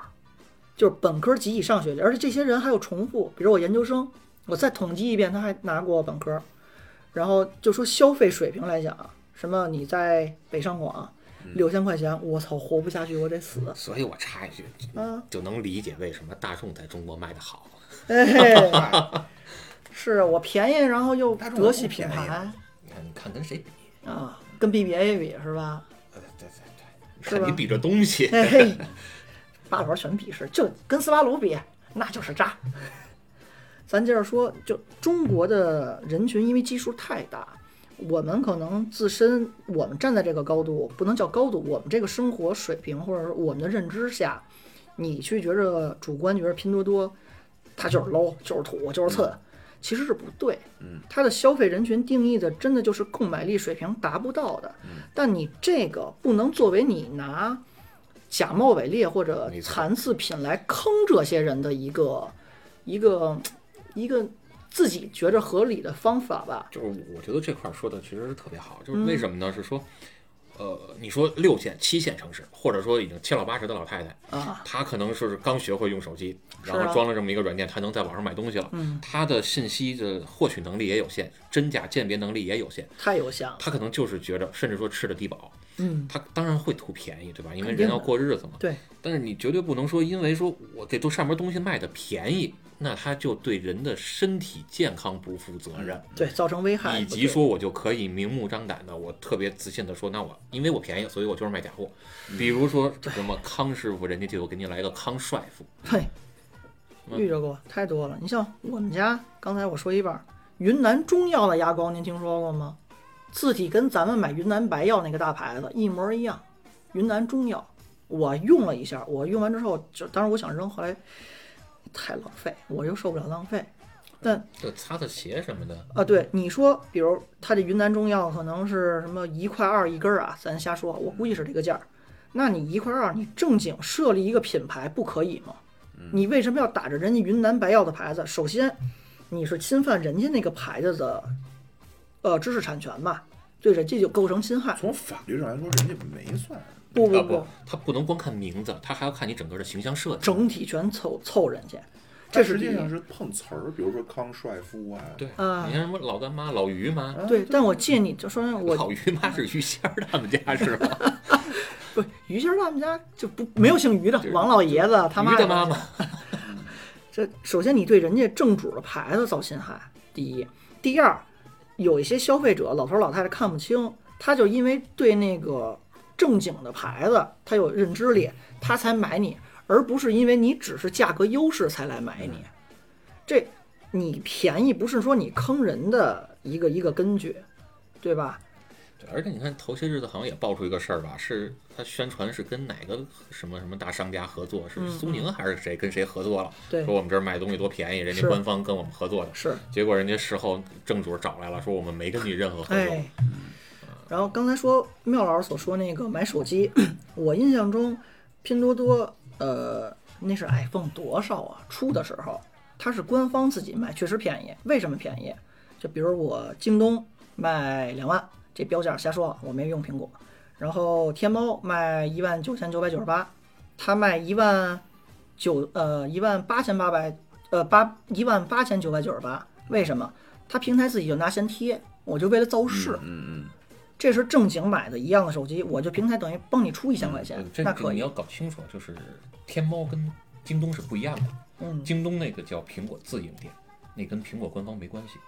Speaker 6: 就是本科及以上学历，而且这些人还有重复，比如我研究生，我再统计一遍，他还拿过本科。然后就说消费水平来讲啊，什么你在北上广
Speaker 5: 嗯
Speaker 6: 六千块钱，我操，活不下去，我得死。
Speaker 5: 所以我插一句，
Speaker 6: 嗯
Speaker 5: 就能理解为什么大众在中国卖的好。
Speaker 6: 哎，是我便宜，然后又德系品牌
Speaker 5: 你看，你看跟谁比？
Speaker 6: 啊，跟 BBA 比是吧？
Speaker 5: 呃对对对，
Speaker 6: 是吧
Speaker 5: 看你比这东西，
Speaker 6: 嘿嘿，八宝全鄙视，就跟斯巴鲁比，那就是渣。咱接着说，就中国的人群，因为基数太大，我们可能自身，我们站在这个高度，不能叫高度，我们这个生活水平或者是我们的认知下，你去觉着主观觉着拼多多，它就是 low，就是土，就是次，
Speaker 5: 嗯
Speaker 6: 其实是不对。
Speaker 4: 嗯，
Speaker 6: 它的消费人群定义的真的就是购买力水平达不到的，
Speaker 5: 嗯
Speaker 6: 但你这个不能作为你拿假冒伪劣或者
Speaker 5: 没错
Speaker 6: 残次品来坑这些人的一个一个一个自己觉着合理的方法吧。
Speaker 5: 就是我觉得这块儿说的其实是特别好，就是
Speaker 6: 嗯
Speaker 5: 为什么呢？是说，呃，你说六线、七线城市，或者说已经七老八十的老太太，
Speaker 6: 啊，
Speaker 5: 她可能是刚学会用手机，
Speaker 6: 是啊
Speaker 5: 然后装了这么一个软件，她能在网上买东西了。
Speaker 6: 嗯，
Speaker 5: 她的信息的获取能力也有限，真假鉴别能力也有限，
Speaker 6: 太有限了。
Speaker 5: 她可能就是觉着，甚至说吃的低保，
Speaker 6: 嗯，
Speaker 5: 她当然会图便宜，对吧？因为
Speaker 6: 肯定
Speaker 5: 人
Speaker 6: 的
Speaker 5: 要过日子嘛。
Speaker 6: 对，
Speaker 5: 但是你绝对不能说，因为说我这都上面东西卖的便宜，那他就对人的身体健康不负责任，
Speaker 6: 对，造成危害
Speaker 5: 以
Speaker 6: 不
Speaker 5: 及
Speaker 6: 对
Speaker 5: 说我就可以明目张胆的，我特别自信的说，那我因为我便宜，所以我就是卖假货。
Speaker 6: 嗯
Speaker 5: 比如说什么康师傅，人家就有给你来个康帅傅，
Speaker 6: 嘿，
Speaker 5: 嗯
Speaker 6: 遇着过太多了。你像我们家，刚才我说一半儿，云南中药的牙膏，您听说过吗？字体跟咱们买云南白药那个大牌子一模一样，云南中药。我用了一下，我用完之后就，当时我想扔，后来太浪费，我又受不了浪费。
Speaker 5: 就擦擦鞋什么的，
Speaker 6: 啊，对，你说，比如它这云南中药可能是什么一块二一根儿啊，咱瞎说，我估计是这个价儿。那你一块二，你正经设立一个品牌不可以吗？
Speaker 5: 嗯
Speaker 6: 你为什么要打着人家云南白药的牌子？首先，你是侵犯人家那个牌子的，呃，知识产权吧？对人家就构成侵害。
Speaker 4: 从法律上来说，人家没算。
Speaker 6: 不不
Speaker 5: 啊
Speaker 6: 不
Speaker 5: 不，，他不能光看名字，他还要看你整个的形象设计。
Speaker 6: 整体全凑凑人家，
Speaker 4: 它
Speaker 6: 这是
Speaker 4: 实
Speaker 6: 第
Speaker 4: 际
Speaker 6: 一
Speaker 4: 上是碰瓷儿，比如说康帅夫啊，
Speaker 5: 对，
Speaker 6: 啊
Speaker 5: 你看什么老干妈、老于妈，
Speaker 6: 对。但我借你，就说我
Speaker 5: 老于妈是于谦儿他们家是吧？
Speaker 6: 不于谦儿他们家就不没有姓于的
Speaker 5: 对
Speaker 6: 王老爷子 [LAUGHS] 他妈
Speaker 5: 于
Speaker 6: 也
Speaker 5: 的
Speaker 6: 没有
Speaker 5: 妈
Speaker 6: 姓
Speaker 5: 妈，
Speaker 6: 这首先你对人家正主的牌子造侵害，第一；第二，有一些消费者老头老太太看不清，他就因为对那个正经的牌子他有认知力，他才买你，而不是因为你只是价格优势才来买你。这你便宜不是说你坑人的一个一个根据，对吧？
Speaker 5: 对，而且你看，头些日子好像也爆出一个事儿吧，是他宣传是跟哪个什么什么大商家合作，是苏宁还是谁跟谁合作了，
Speaker 6: 嗯对
Speaker 5: 说，我们这儿卖东西多便宜，人家
Speaker 6: 是
Speaker 5: 官方跟我们合作的，
Speaker 6: 是。
Speaker 5: 结果人家事后正主找来了，说我们没跟你任何合作，嗯
Speaker 6: 哎，然后刚才说妙老师所说那个买手机，我印象中拼多多呃那是 iPhone 多少啊出的时候，它是官方自己卖，确实便宜。为什么便宜？就比如我京东卖两万，这标价瞎说啊，我没用苹果。然后天猫卖一万九千九百九十八，它卖一万九呃一万八千八百呃八一万八千九百九十八，为什么？它平台自己就拿钱贴，我就为了造势。
Speaker 4: 嗯嗯，
Speaker 6: 这是正经买的一样的手机，我就平台等于帮你出一千块钱，
Speaker 5: 嗯这
Speaker 6: 那
Speaker 5: 这
Speaker 6: 可
Speaker 5: 你
Speaker 6: 以
Speaker 5: 要。搞清楚，啊就是天猫跟京东是不一样的，
Speaker 6: 嗯，
Speaker 5: 京东那个叫苹果自营店，那跟苹果官方没关系，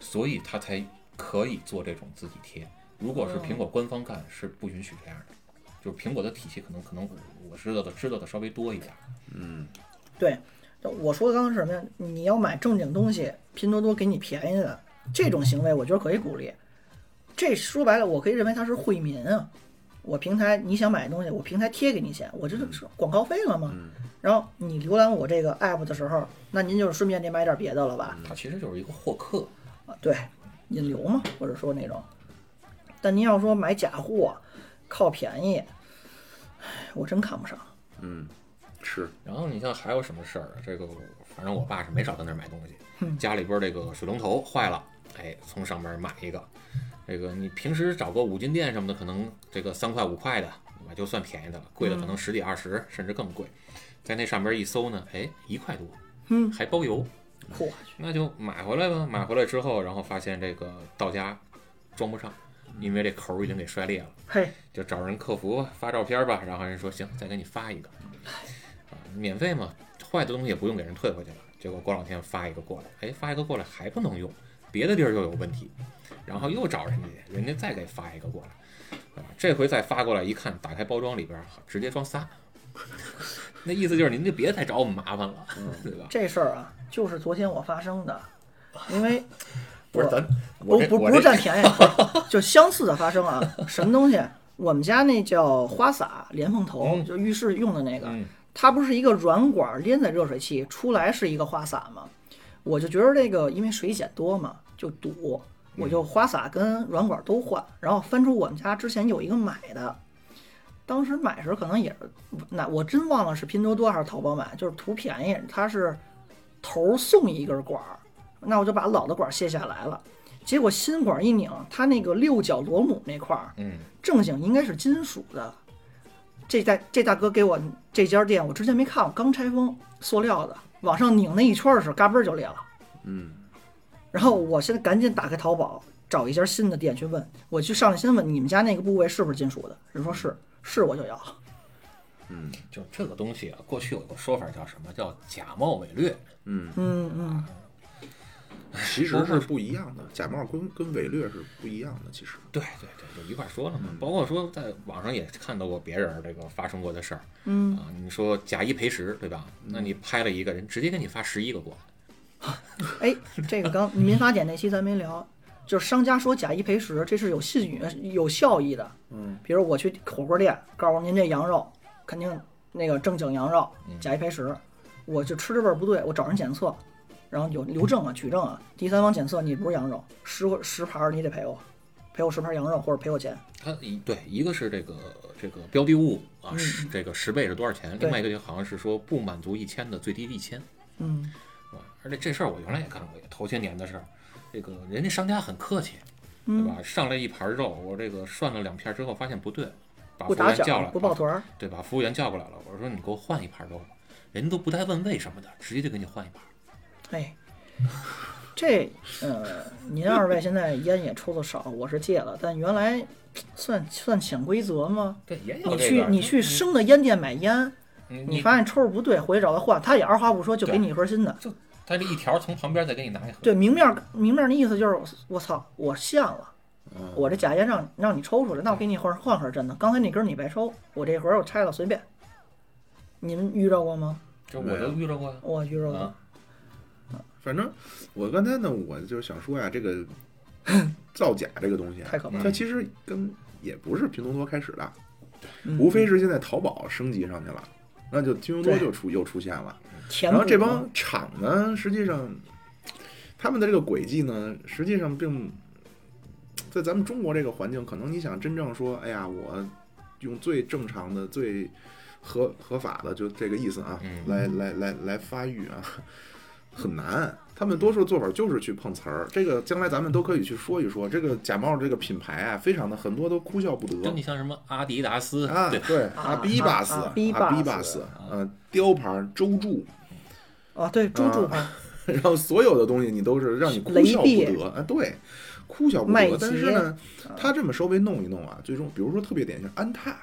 Speaker 5: 所以他才可以做这种自己贴。如果是苹
Speaker 6: 嗯
Speaker 5: 果官方干，是不允许这样的。就是苹果的体系可能可能我我知道的知道的稍微多一点，
Speaker 6: 对。我说的刚刚是什么呀？你要买正经东西，拼多多给你便宜的这种行为，我觉得可以鼓励。这说白了，我可以认为它是惠民啊。我平台你想买东西，我平台贴给你钱，我这就是广告费了嘛。然后你浏览我这个 app 的时候，那您就是顺便得买点别的了吧？
Speaker 5: 它其实就是一个获客。
Speaker 6: 啊，对，引流嘛，或者说那种。但您要说买假货，靠便宜，唉我真看不上。
Speaker 4: 嗯，是
Speaker 5: 然后你像还有什么事儿？啊这个反正我爸是没少在那儿买东西。家里边儿这个水龙头坏了，哎，从上面买一个。这个你平时找个五金店什么的，可能这个三块五块的买就算便宜的了，贵的可能十几二十甚至更贵。在那上边一搜呢，哎，一块多，
Speaker 6: 嗯，
Speaker 5: 还包邮，
Speaker 6: 嚯，
Speaker 5: 那就买回来吧。买回来之后，然后发现这个到家装不上，因为这口儿已经给摔裂了。
Speaker 6: 嘿，
Speaker 5: 就找人客服吧，发照片吧，然后人说行，再给你发一个，啊，免费嘛，坏的东西也不用给人退回去了。结果过两天发一个过来，哎，发一个过来还不能用，别的地儿又有问题，然后又找人家，人家再给发一个过来，啊，这回再发过来一看，打开包装里边儿直接装仨， [LAUGHS] 那意思就是您就别再找我们麻烦了， [LAUGHS] 对吧？
Speaker 6: 这事儿啊，就是昨天我发生的，因为
Speaker 5: 不是
Speaker 6: 我
Speaker 5: 咱，
Speaker 6: 不
Speaker 5: 我这
Speaker 6: 不
Speaker 5: 我
Speaker 6: 不是
Speaker 5: 这
Speaker 6: 占便宜，
Speaker 5: [LAUGHS]
Speaker 6: 不是就相似的发生啊。什么东西？我们家那叫花洒莲蓬头，
Speaker 5: 嗯
Speaker 6: 就浴室用的那个，
Speaker 5: 嗯
Speaker 6: 它不是一个软管连在热水器，出来是一个花洒吗？我就觉得这个因为水碱多嘛，就堵，我
Speaker 5: 嗯
Speaker 6: 就花洒跟软管都换，然后翻出我们家之前有一个买的。当时买时可能也是，那我真忘了是拼多多还是淘宝买，就是图便宜，它是头儿送一根管儿，那我就把老的管儿卸下来了。结果新管儿一拧，它那个六角螺母那块儿
Speaker 5: 嗯，
Speaker 6: 正经应该是金属的。这大这大哥给我这家店，我之前没看过，刚拆封，塑料的，往上拧那一圈儿的时候，嘎嘣儿就裂了。
Speaker 4: 嗯，
Speaker 6: 然后我现在赶紧打开淘宝，找一家新的店去问，我去上来先问你们家那个部位是不是金属的，人说是，是我就要。
Speaker 5: 就这个东西啊，过去有个说法叫什么叫假冒伪劣，
Speaker 6: 嗯嗯，
Speaker 4: 其实是不一样的，假冒跟跟伪劣是不一样的，其实
Speaker 5: 对对对，就一块儿说了嘛。包括说在网上也看到过别人儿这个发生过的事儿，嗯啊，你说假一赔十，对吧？那
Speaker 6: 嗯
Speaker 5: 你拍了一个人，直接给你发十一个过来，
Speaker 6: 哎，这个刚民法典那期咱没聊，就是商家说假一赔十，这是有信誉、有效益的。
Speaker 4: 嗯，
Speaker 6: 比如我去火锅店，告诉您这羊肉肯定那个正经羊肉，假一赔十，我就吃这味儿不对，我找人检测，然后有留证啊、取证啊，第三方检测你不是羊肉，十个十盘儿你得赔我，赔我十盘儿羊肉或者赔我钱。
Speaker 5: 他一对一个是这个这个标的物啊，十这个十倍是多少钱？
Speaker 6: 嗯对
Speaker 5: 另外一个就好像是说不满足一千的最低一千，
Speaker 6: 嗯，
Speaker 5: 是吧？而且这事儿我原来也干过，也头些年的事儿。这个人家商家很客气，
Speaker 6: 嗯
Speaker 5: 对吧？上来一盘肉，我这个涮了两片之后发现不对，把
Speaker 6: 不
Speaker 5: 服务
Speaker 6: 打
Speaker 5: 员叫来啊
Speaker 6: 搅，不抱
Speaker 5: 把
Speaker 6: 团儿。
Speaker 5: 对，把服务员叫过来了，我说你给我换一盘肉吧，人都不带问为什么的，直接就给你换一盘。
Speaker 6: 哎，这呃，您二位现在烟也抽的少，我是戒了，但原来算算潜规则吗？
Speaker 5: 对，也有
Speaker 6: 你
Speaker 5: 这嗯
Speaker 6: 去
Speaker 5: 个
Speaker 6: 你去生的烟店买烟，
Speaker 5: 你
Speaker 6: 你
Speaker 5: 你
Speaker 6: 发现抽着不对，回去找他换，他也二话不说就给你一盒新的。
Speaker 5: 就他这一条从旁边再给你拿一盒，
Speaker 6: 对，明面明面的意思就是我操，我现了，
Speaker 4: 嗯啊
Speaker 6: 我这假烟让让你抽出来，那我给你换换盒真的。刚才那根你白抽，我这盒我拆了随便。你们遇到过吗？
Speaker 5: 就我就遇着过呀。
Speaker 6: 我遇到过
Speaker 5: 啊。，
Speaker 4: 反正我刚才呢，我就是想说呀，
Speaker 6: [LAUGHS]
Speaker 4: 这个造假这个东西啊，
Speaker 6: 太可怕
Speaker 5: 了
Speaker 4: 它其实跟也不是拼多多开始的，
Speaker 6: 嗯
Speaker 4: 无非是现在淘宝升级上去了，那就拼多多
Speaker 6: 对
Speaker 4: 就出又出现了。
Speaker 6: 填
Speaker 4: 然后这
Speaker 6: 补
Speaker 4: 帮厂呢，实际上他们的这个轨迹呢，实际上并在咱们中国这个环境，可能你想真正说，哎呀，我用最正常的、最合合法的，就这个意思啊，
Speaker 5: 嗯
Speaker 4: 来来来来发育啊， [LAUGHS] 很难。他们多数做法就是去碰瓷儿，这个将来咱们都可以去说一说。这个假冒这个品牌啊，非常的很多都哭笑不得。
Speaker 5: 就你像什么阿迪达斯，
Speaker 4: 啊，
Speaker 5: 对吧，
Speaker 4: 对，
Speaker 6: 啊
Speaker 4: 阿比巴斯，
Speaker 6: 啊
Speaker 4: 阿
Speaker 6: 啊比巴斯
Speaker 4: 巴斯，呃，雕牌儿周柱，
Speaker 6: 啊，对，猪
Speaker 4: 啊
Speaker 6: 猪牌
Speaker 4: 然后所有的东西你都是让你哭笑不得啊，对，哭笑不
Speaker 6: 麦
Speaker 4: 得
Speaker 6: 秸。
Speaker 4: 但是呢，他这么稍微弄一弄啊，最终比如说特别典型，安踏。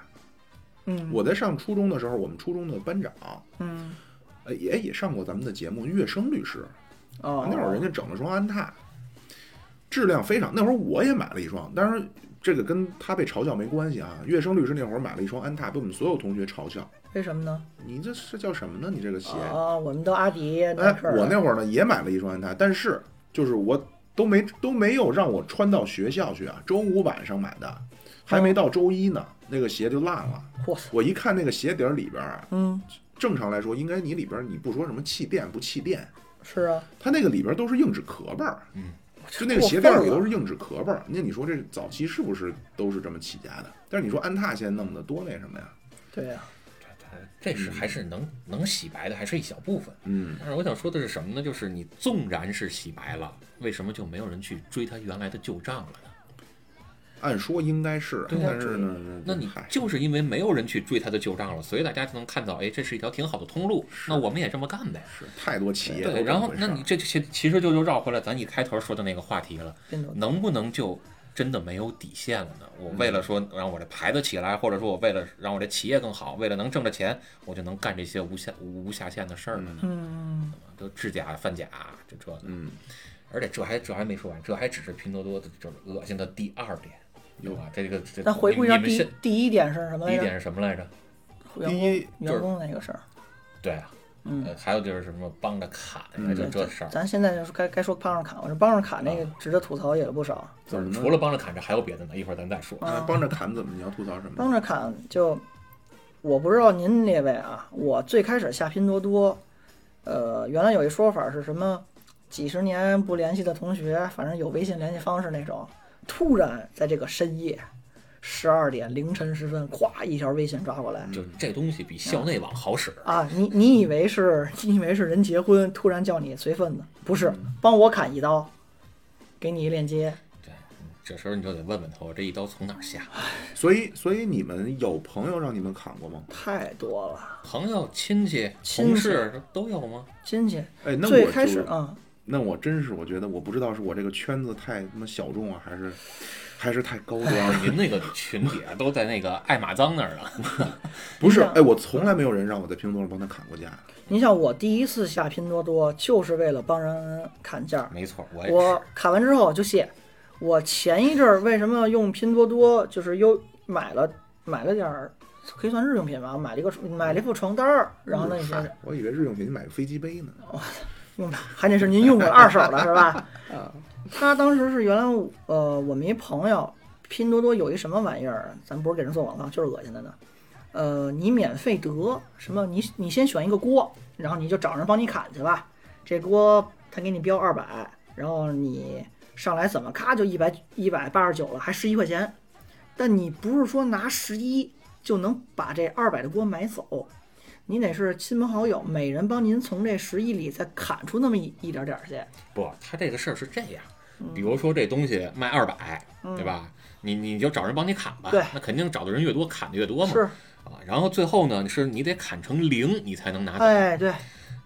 Speaker 6: 嗯，
Speaker 4: 我在上初中的时候，我们初中的班长，
Speaker 6: 嗯
Speaker 4: 呃，也也上过咱们的节目，乐生律师。
Speaker 6: 哦，
Speaker 4: 那会儿人家整了双安踏，质量非常。那会儿我也买了一双，当然这个跟他被嘲笑没关系啊。乐生律师那会儿买了一双安踏，被我们所有同学嘲笑。
Speaker 6: 为什么呢？
Speaker 4: 你这是叫什么呢？你这个鞋？
Speaker 6: 啊，我们都阿迪耐
Speaker 4: 哎，
Speaker 6: 克儿
Speaker 4: 我那会儿呢也买了一双安踏，但是就是我都没都没有让我穿到学校去啊，周五晚上买的，还
Speaker 6: 哦
Speaker 4: 没到周一呢，那个鞋就烂了。
Speaker 6: 我操，
Speaker 4: 我一看那个鞋底儿里边啊，
Speaker 6: 嗯，
Speaker 4: 正常来说应该你里边儿你不说什么气垫不气垫，
Speaker 6: 是啊，
Speaker 4: 它那个里边儿都是硬纸壳儿吧儿，
Speaker 5: 嗯，
Speaker 4: 就那个鞋垫里都是硬纸壳儿。那你说这早期是不是都是这么起家的？但是你说安踏现在弄的多那什么呀？
Speaker 6: 对啊呀、
Speaker 5: 这是还是能能洗白的，还是一小部分。
Speaker 4: 嗯，
Speaker 5: 但是我想说的是什么呢？就是你纵然是洗白了，为什么就没有人去追他原来的旧账了呢？
Speaker 4: 按说应该是，
Speaker 5: 对啊
Speaker 4: 但是呢，
Speaker 5: 那你
Speaker 4: 嗨
Speaker 5: 就是因为没有人去追他的旧账了，所以大家就能看到，哎，这是一条挺好的通路，那我们也这么干呗。
Speaker 4: 是太多企业都
Speaker 5: 对，
Speaker 4: 这
Speaker 5: 然
Speaker 4: 么
Speaker 5: 后
Speaker 4: 回事
Speaker 5: 那
Speaker 4: 儿
Speaker 5: 你这其其实就又绕回来咱一开头说的那个话题了，
Speaker 6: 变得
Speaker 5: 能不能就真的没有底线了呢？我为
Speaker 4: 嗯
Speaker 5: 了说让我这牌子起来，或者说我为了让我这企业更好，为了能挣着钱，我就能干这些无下无下限的事儿了呢？
Speaker 6: 嗯，
Speaker 5: 都制假贩假，这这的。
Speaker 4: 嗯，
Speaker 5: 而且这还这还没说完，这还只是拼多多的就是恶心的第二点，对吧？这个这
Speaker 6: 咱回顾一下
Speaker 5: 你们
Speaker 6: 第一
Speaker 5: 现
Speaker 6: 第一点是什么
Speaker 5: 第
Speaker 6: 来
Speaker 5: 一
Speaker 6: 着？
Speaker 5: 点是什么来着？
Speaker 6: 员
Speaker 4: 第一
Speaker 6: 工员工那个事儿，
Speaker 5: 对啊，
Speaker 6: 嗯
Speaker 5: 呃，还有就是什么帮着砍
Speaker 4: 嗯
Speaker 5: 呀，就这事儿。啊
Speaker 6: 咱现在就是该该说帮上卡，我这帮上卡那个值得吐槽也不少。
Speaker 4: 怎么呢
Speaker 5: 除了帮着砍，这还有别的呢，一会儿咱再
Speaker 6: 嗯
Speaker 5: 说。
Speaker 4: 哎帮着砍怎么？你要吐槽什么？
Speaker 6: 帮着砍就，我不知道您列位啊，我最开始下拼多多，呃，原来有一说法是什么，几十年不联系的同学，反正有微信联系方式那种，突然在这个深夜十二点凌晨时分，咵一条微信抓过
Speaker 4: 嗯
Speaker 6: 来。
Speaker 5: 就这东西比校内网好使，
Speaker 6: 啊，你你以为是 [LAUGHS] 你以为是人结婚突然叫你随份子？不是，
Speaker 4: 嗯
Speaker 6: 帮我砍一刀，给你一链接。
Speaker 5: 这时候你就得问问他，我这一刀从哪儿下？
Speaker 4: 所以，所以你们有朋友让你们砍过吗？
Speaker 6: 太多了，
Speaker 5: 朋友、亲戚、
Speaker 6: 亲
Speaker 5: 同
Speaker 6: 戚
Speaker 5: 事都有吗？
Speaker 6: 亲戚
Speaker 4: 哎，那我
Speaker 6: 最
Speaker 4: 就
Speaker 6: 开始啊、
Speaker 4: 那我真是我觉得我不知道是我这个圈子太他妈小众啊，还是还是太高
Speaker 6: [LAUGHS]
Speaker 4: 端了。
Speaker 5: 您那个群里啊都在那个爱马脏那儿了。
Speaker 4: 不是，
Speaker 6: 一样
Speaker 4: 哎，我从来没有人让我在拼多多上帮他砍过价。
Speaker 6: 你像我第一次下拼多多，就是为了帮人砍价，
Speaker 5: [LAUGHS] 没错，我也
Speaker 6: 我
Speaker 5: 是。
Speaker 6: 砍完之后就卸。我前一阵儿为什么用拼多多，就是又买了买了点儿，可以算日用品吧，买了一个买了一副床单儿，然后呢，你
Speaker 5: 嗯
Speaker 6: 说
Speaker 4: 哎嗨我以为日用品你买个飞机杯呢。
Speaker 6: [LAUGHS] 用的，还得是您用过二手的是吧？他当时是原来我呃，我们一朋友，拼多多有一什么玩意儿，咱不是给人做广告，就是恶心的呢。呃，你免费得什么？你你先选一个锅，然后你就找人帮你砍去吧。这锅他给你标二百，然后你上来怎么咔就一百一百八十九了，还十一块钱。但你不是说拿十一就能把这二百的锅买走，您得是亲朋好友，每人帮您从这十亿里再砍出那么一一点点儿去。
Speaker 5: 不，他这个事儿是这样，
Speaker 6: 嗯
Speaker 5: 比如说这东西卖二百、对吧？你你就找人帮你砍吧，
Speaker 6: 对
Speaker 5: 那肯定找的人越多，砍的越多嘛。
Speaker 6: 是，
Speaker 5: 啊，然后最后呢，是你得砍成零，你才能拿走。
Speaker 6: 哎，对，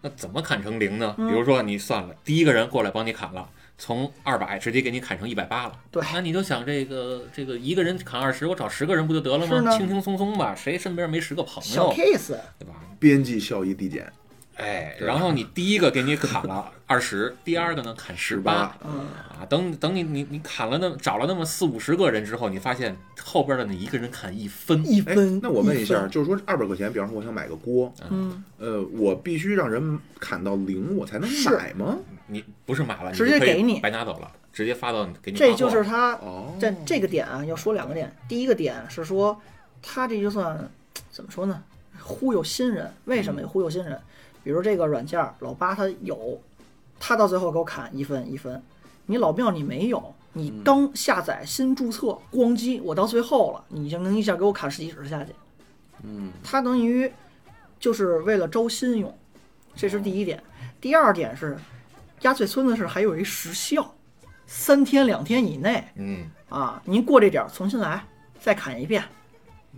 Speaker 5: 那怎么砍成零
Speaker 6: 嗯
Speaker 5: 呢？比如说你算了，第一个人过来帮你砍了。从二百直接给你砍成一百八了，
Speaker 6: 对
Speaker 5: 那你就想这个这个一个人砍二十，我找十个人不就得了
Speaker 6: 是
Speaker 5: 吗？
Speaker 6: 呢
Speaker 5: 轻轻松松吧，谁身边没十个朋
Speaker 6: 小
Speaker 5: 友，
Speaker 6: case，
Speaker 5: 对吧？
Speaker 4: 边际效益递减，
Speaker 5: 哎，然后你第一个给你
Speaker 6: 嗯
Speaker 5: 砍 [LAUGHS] 了二十，第二个呢砍十八
Speaker 4: 18，
Speaker 5: 啊，等等你你你砍了那么找了那么四五十个人之后，你发现后边的你一个人砍一分，
Speaker 6: 一
Speaker 4: 哎
Speaker 6: 分。，
Speaker 4: 那我问一下，
Speaker 6: 分，
Speaker 4: 就是说二百块钱，比方说我想买个锅，
Speaker 6: 嗯，
Speaker 4: 呃，我必须让人砍到零，我才能
Speaker 6: 是
Speaker 4: 买吗？
Speaker 5: 你不是买了，
Speaker 6: 直接
Speaker 5: 就可以
Speaker 6: 给你
Speaker 5: 白拿走了，直接发到你给你发货
Speaker 6: 这就是他
Speaker 4: 哦，
Speaker 6: 这这个点啊，要说两个点。第一个点是说，他这就算怎么说呢？忽悠新人，为什么忽悠新人？比如这个软件儿，老八他有，他到最后给我砍一分一分。你老庙你没有，你刚下载新注册咣叽，我到最后了，你就能一下给我砍十几十下去。嗯，他等于就是为了招新用，这是第一点。第二点是，压岁村子是还有一时效，三天两天以内，
Speaker 5: 嗯，
Speaker 6: 啊，您过这点儿重新来，再砍一遍。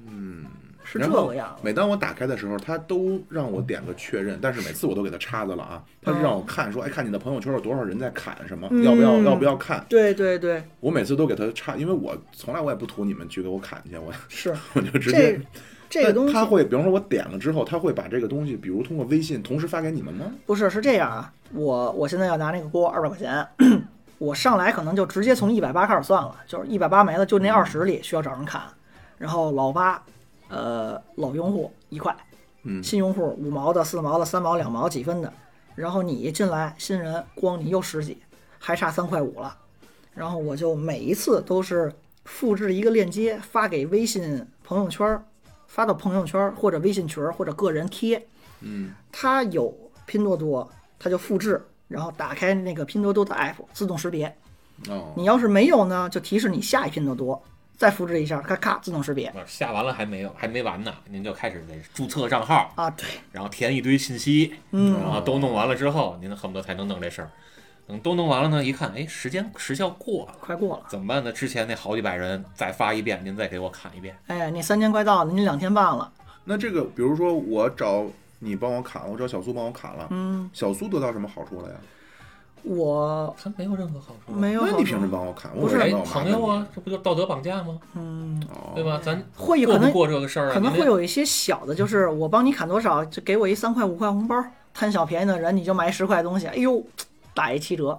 Speaker 6: 嗯，是这
Speaker 4: 然后
Speaker 6: 个样子。
Speaker 4: 每当我打开的时候，他都让我点个确认，但是每次我都给他叉子了啊。他
Speaker 6: 嗯
Speaker 4: 就让我看说，哎，看你的朋友圈有多少人在砍什么，要不要要不要看？
Speaker 6: 对对对，
Speaker 4: 我每次都给他叉，因为我从来我也不图你们去给我砍去，我
Speaker 6: 是
Speaker 4: 我就直接
Speaker 6: 这。这个
Speaker 4: 但
Speaker 6: 东西
Speaker 4: 他会，比方说我点了之后，他会把这个东西，比如通过微信同时发给你们吗？
Speaker 6: 不是是这样啊。我我现在要拿那个锅二百块钱， [CLEARS THROAT] 我上来可能就直接从一百八开始算了，就是一百八没了，就那二十里需要找人砍。然后老八，呃，老用户一块，
Speaker 4: 嗯
Speaker 6: 新用户五毛的、四毛的、三毛、两毛几分的。然后你进来新人，光你又十几，还差三块五了。然后我就每一次都是复制一个链接发给微信朋友圈儿，发到朋友圈儿或者微信群儿或者个人贴。嗯，他有拼多多，他就复制，然后打开那个拼多多的 app 自动识别。
Speaker 4: 哦，
Speaker 6: 你要是没有呢，就提示你下一拼多多，再复制一下，咔咔自动识别
Speaker 5: 不是下完了还没有，还没完呢，您就开始得注册账号，
Speaker 6: 啊。对，
Speaker 5: 然后填一堆信息，
Speaker 6: 嗯，
Speaker 5: 然后都弄完了之后，您恨不得才能弄这事儿。等都弄完了呢，一看，哎，时间时效过了，
Speaker 6: 快过了。
Speaker 5: 怎么办呢？之前那好几百人再发一遍，您再给我看一遍。
Speaker 6: 哎，你三天快到了，你两天半了，
Speaker 4: 那这个比如说我找你帮我砍了，我找小苏帮我砍了，
Speaker 6: 嗯，
Speaker 4: 小苏得到什么好处了呀？
Speaker 6: 我
Speaker 5: 他没有任何好处。
Speaker 6: 没有好
Speaker 4: 那
Speaker 6: 处。啊
Speaker 4: 你凭什么帮我砍？我
Speaker 5: 不是
Speaker 4: 为
Speaker 5: 哎
Speaker 4: 什么要麻烦
Speaker 5: 朋
Speaker 4: 你
Speaker 5: 友，啊，这不就道德绑架吗？
Speaker 6: 嗯，
Speaker 4: 哦，
Speaker 5: 对？吧？咱
Speaker 6: 会有
Speaker 5: 过
Speaker 6: 可
Speaker 5: 不
Speaker 6: 能
Speaker 5: 过这个事儿啊？
Speaker 6: 可能
Speaker 5: 您
Speaker 6: 会有一些小的，就是我帮你砍多少，就给我一三块五块红包，贪小便宜的人你就买十块东西，哎呦，打一七折，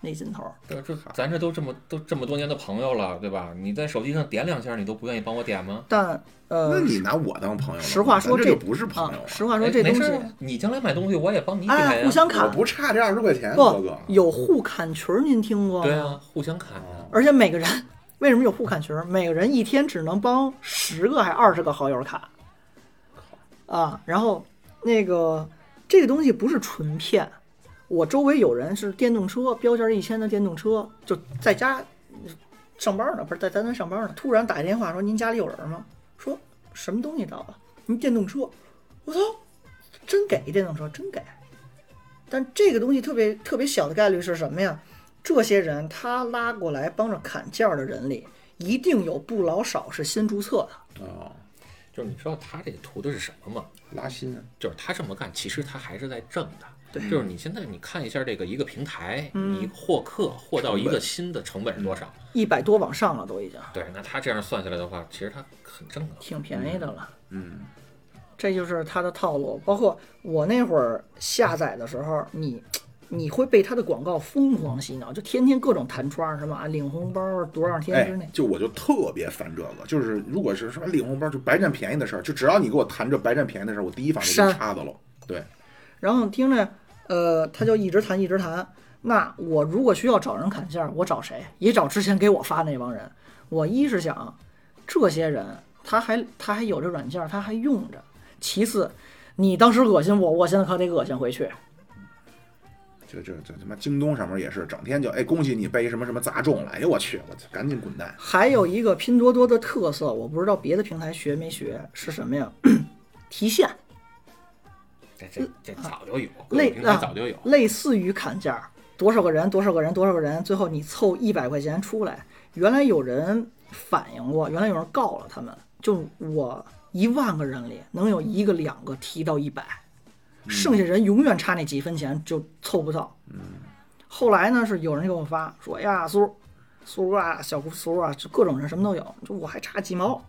Speaker 6: 那劲头儿。
Speaker 5: 这这咱这都这么都这么多年的朋友了，对吧？你在手机上点两下，你都不愿意帮我点吗？
Speaker 6: 但
Speaker 4: 那
Speaker 6: 呃，
Speaker 4: 你拿我当朋友了？
Speaker 6: 实话说
Speaker 4: 咱
Speaker 6: 这
Speaker 4: 就不是
Speaker 6: 啊
Speaker 4: 朋友，啊，
Speaker 6: 实话
Speaker 5: 哎
Speaker 6: 说这东
Speaker 5: 没
Speaker 6: 西
Speaker 5: 事，啊，你将来买东西我也帮你给
Speaker 6: 哎，互
Speaker 5: 呀。
Speaker 6: 相
Speaker 4: 我
Speaker 6: 砍，
Speaker 4: 不差这二十块钱，哥
Speaker 6: 不
Speaker 4: 哥。
Speaker 6: 有互砍群儿，您听过吗？
Speaker 5: 对啊，互相砍啊。
Speaker 4: 嗯哦
Speaker 6: 而且每个人为什么有互砍群儿？每个人一天只能帮十个还二十个好友砍，啊，然后那个这个东西不是纯骗，我周围有人是电动车标价一千的电动车，就在家上班呢，不是在单位上班呢，突然打一电话说您家里有人吗？说什么东西到了？您电动车，我操，真给电动车，真给。但这个东西特别特别小的概率是什么呀？这些人他拉过来帮着砍价的人里，一定有不老少是新注册的。
Speaker 4: 哦，
Speaker 5: 就是你知道他这图的是什么吗？
Speaker 4: 拉新啊，
Speaker 5: 就是他这么干，其实他还是在挣的。
Speaker 6: 对
Speaker 5: 就是你现在你看一下这个一个平台，
Speaker 6: 嗯
Speaker 5: 你获客获到
Speaker 4: 成
Speaker 5: 一个
Speaker 4: 本
Speaker 5: 新的成本是多少？
Speaker 6: 一百多往上了，都已经
Speaker 5: 对，那他这样算下来的话，其实他很挣啊。
Speaker 6: 挺便宜的了。
Speaker 4: 嗯，
Speaker 6: 这就是他的套路。包括我那会儿下载的时候，你你会被他的广告疯狂洗脑，就天天各种弹窗，什么啊领红包多少天
Speaker 4: 哎
Speaker 6: 之内，，
Speaker 4: 就我就特别烦这个，就是如果是什么领红包，就白占便宜的事儿，就只要你给我谈这白占便宜的事儿，我第一反应就是
Speaker 6: 删
Speaker 4: 叉子喽。对，
Speaker 6: 然后听着，呃，他就一直弹一直弹。那我如果需要找人砍价，我找谁？也找之前给我发那帮人。我一是想，这些人他还他还有这软件，他还用着；其次，你当时恶心我，我现在可得恶心回去。
Speaker 4: 这这这他妈京东上面也是，整天就哎恭喜你被什么什么砸中了，哎呦我去，我操赶紧滚蛋。
Speaker 6: 还有一个拼多多的特色，我不知道别的平台学没学，是什么呀？ [COUGHS] 提现，
Speaker 5: 这
Speaker 6: 嗯
Speaker 5: 这这早就有，
Speaker 6: 类
Speaker 5: 平台
Speaker 6: 啊
Speaker 5: 早就有。
Speaker 6: 类似于砍价，多少个人，多少个人，多少个人，最后你凑一百块钱出来。原来有人反映过，原来有人告了他们，就我一万个人里能有一个两个提到一百，
Speaker 5: 嗯
Speaker 6: 剩下人永远差那几分钱就凑不到。嗯，后来呢是有人给我发说哎呀苏苏啊小苏啊，就各种人什么都有，就我还差几毛，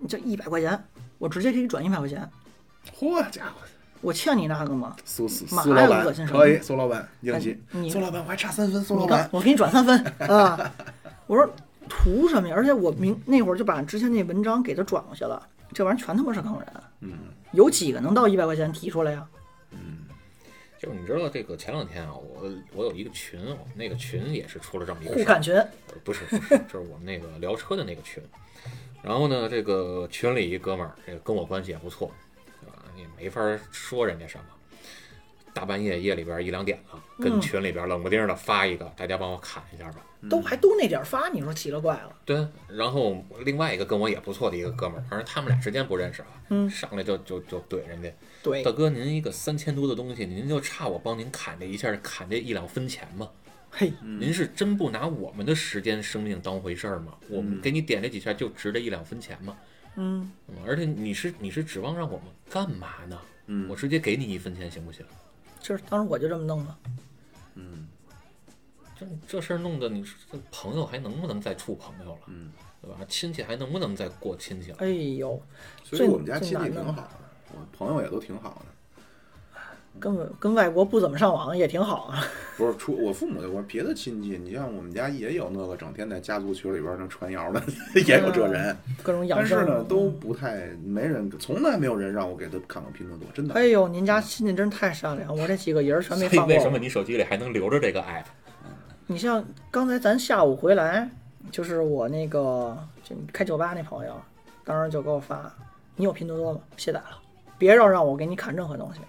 Speaker 6: 你这一百块钱，我直接给你转一百块钱，
Speaker 4: 嚯家伙，
Speaker 6: 我欠你那个吗？
Speaker 4: 苏苏
Speaker 6: 妈
Speaker 4: 苏老
Speaker 6: 呀恶心
Speaker 4: 板
Speaker 6: 什么
Speaker 4: 可以，苏老板应
Speaker 6: 哎
Speaker 4: 急，
Speaker 6: 你
Speaker 4: 苏老板我还差三分，苏老
Speaker 6: 你看
Speaker 4: 板，
Speaker 6: 我给你转三
Speaker 4: [LAUGHS]
Speaker 6: 分啊！我说图什么呀？而且我明那会儿就把之前那文章给他转过去了，这玩意儿全他妈是坑人。嗯，有几个能到一百块钱提出来呀、
Speaker 5: 就是你知道这个前两天啊，我我有一个群，我们那个群也是出了这么一个
Speaker 6: 互
Speaker 5: 事儿
Speaker 6: 砍，群，
Speaker 5: 不是不是，就是我们那个聊车的那个群。然后呢，这个群里一哥们儿，这个跟我关系也不错，对吧？也没法说人家什么。大半夜夜里边一两点了，跟
Speaker 6: 嗯
Speaker 5: 群里边冷不丁的发一个，大家帮我砍一下吧。
Speaker 6: 都还都那点儿发，你说奇了怪了。
Speaker 5: 对，然后另外一个跟我也不错的一个哥们儿，反正他们俩之间不认识啊，
Speaker 6: 嗯
Speaker 5: 上来就就就怼人家，
Speaker 6: 对
Speaker 5: 大，哥，您一个三千多的东西，您就差我帮您砍这一下，砍这一两分钱吗？
Speaker 6: 嘿，
Speaker 5: 您是真不拿我们的时间、生命当回事儿吗？我们给你点这几下就值这一两分钱吗？
Speaker 6: 嗯，
Speaker 5: 嗯而且你是你是指望让我们干嘛呢？我直接给你一分钱行不行？
Speaker 6: 就是当时我就这么弄的。
Speaker 4: 嗯
Speaker 5: 这这事儿弄得你说这朋友还能不能再处朋友了？嗯，对吧？亲戚还能不能再过亲戚了？
Speaker 6: 哎呦，
Speaker 4: 所以我们家
Speaker 6: 最
Speaker 4: 亲戚
Speaker 6: 最难
Speaker 4: 挺
Speaker 6: 弄
Speaker 4: 好的，我朋友也都挺好的。
Speaker 6: 跟我跟外国不怎么上网也挺好啊。
Speaker 4: 不是，除我父母的，我别的亲戚，你像我们家也有那个整天在家族群里边儿能传谣的， [LAUGHS] 也有这人，
Speaker 6: 各种嗯养
Speaker 4: 但
Speaker 6: 生。嗯
Speaker 4: 是呢，都不太没人，从来没有人让我给他看过拼多多，真的。
Speaker 6: 哎呦，您家亲戚真太善良，我这几个人儿全没
Speaker 5: 所
Speaker 6: 放
Speaker 5: 以
Speaker 6: 过。
Speaker 5: 为什么你手机里还能留着这个 app？
Speaker 6: 你像刚才咱下午回来，就是我那个就开酒吧那朋友，当时就给我发，你有拼多多吗？卸载了，别让让我给你砍任何东西。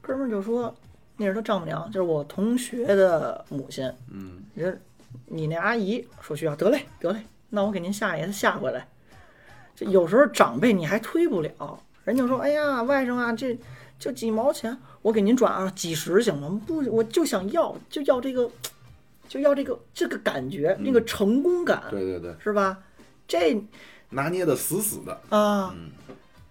Speaker 6: 哥们儿就说，那是他丈母娘，就是我同学的母亲。
Speaker 1: 嗯，
Speaker 6: 人，你那阿姨说需要，得嘞得嘞，那我给您下一个，她下回来。这有时候长辈你还推不了，人就说，哎呀，外甥啊，这就几毛钱，我给您转啊，几十行吗？不，我就想要，就要这个，就要这个这个感觉，那个成功感，
Speaker 4: 对对对，
Speaker 6: 是吧？这
Speaker 4: 拿捏的死死的，
Speaker 6: 啊，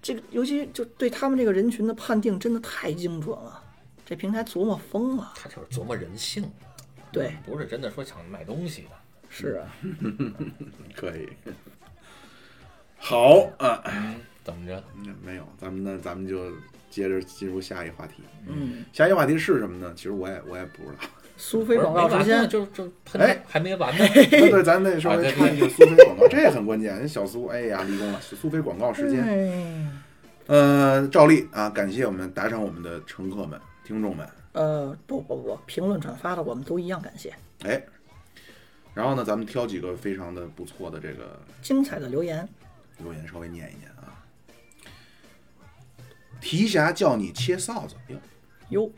Speaker 6: 这个尤其就对他们这个人群的判定真的太精准了，这平台琢磨疯了。
Speaker 7: 他就是琢磨人性，
Speaker 6: 对，
Speaker 7: 不是真的说想卖东西的。
Speaker 6: 嗯是啊，
Speaker 4: 可以。好啊，
Speaker 7: 怎么着？
Speaker 4: 嗯没有，咱们呢，咱们就接着进入下一话题。
Speaker 6: 嗯，
Speaker 4: 下一话题是什么呢？其实我也我也不知道。
Speaker 6: 苏
Speaker 7: 不
Speaker 6: 菲
Speaker 7: 是
Speaker 6: 广
Speaker 7: 没
Speaker 6: 告
Speaker 7: 完
Speaker 6: 之
Speaker 7: 呢，
Speaker 6: 间
Speaker 7: 就就喷
Speaker 4: 哎
Speaker 7: 还没完呢。
Speaker 4: 对对，咱得稍
Speaker 7: 啊
Speaker 4: 微
Speaker 7: 对
Speaker 4: 看一个苏菲广告，这很关键。人小苏，哎呀，立功了，苏菲广告时间。
Speaker 6: 哎
Speaker 4: 呃，照例啊，感谢我们打赏我们的乘客们、听众们。
Speaker 6: 呃，不不不，评论转发的我们都一样感谢，
Speaker 4: 哎，然后呢，咱们挑几个非常的不错的这个
Speaker 6: 精彩的留言，
Speaker 4: 留言稍微念一念啊。提辖叫你切臊子，哟，
Speaker 6: 哟，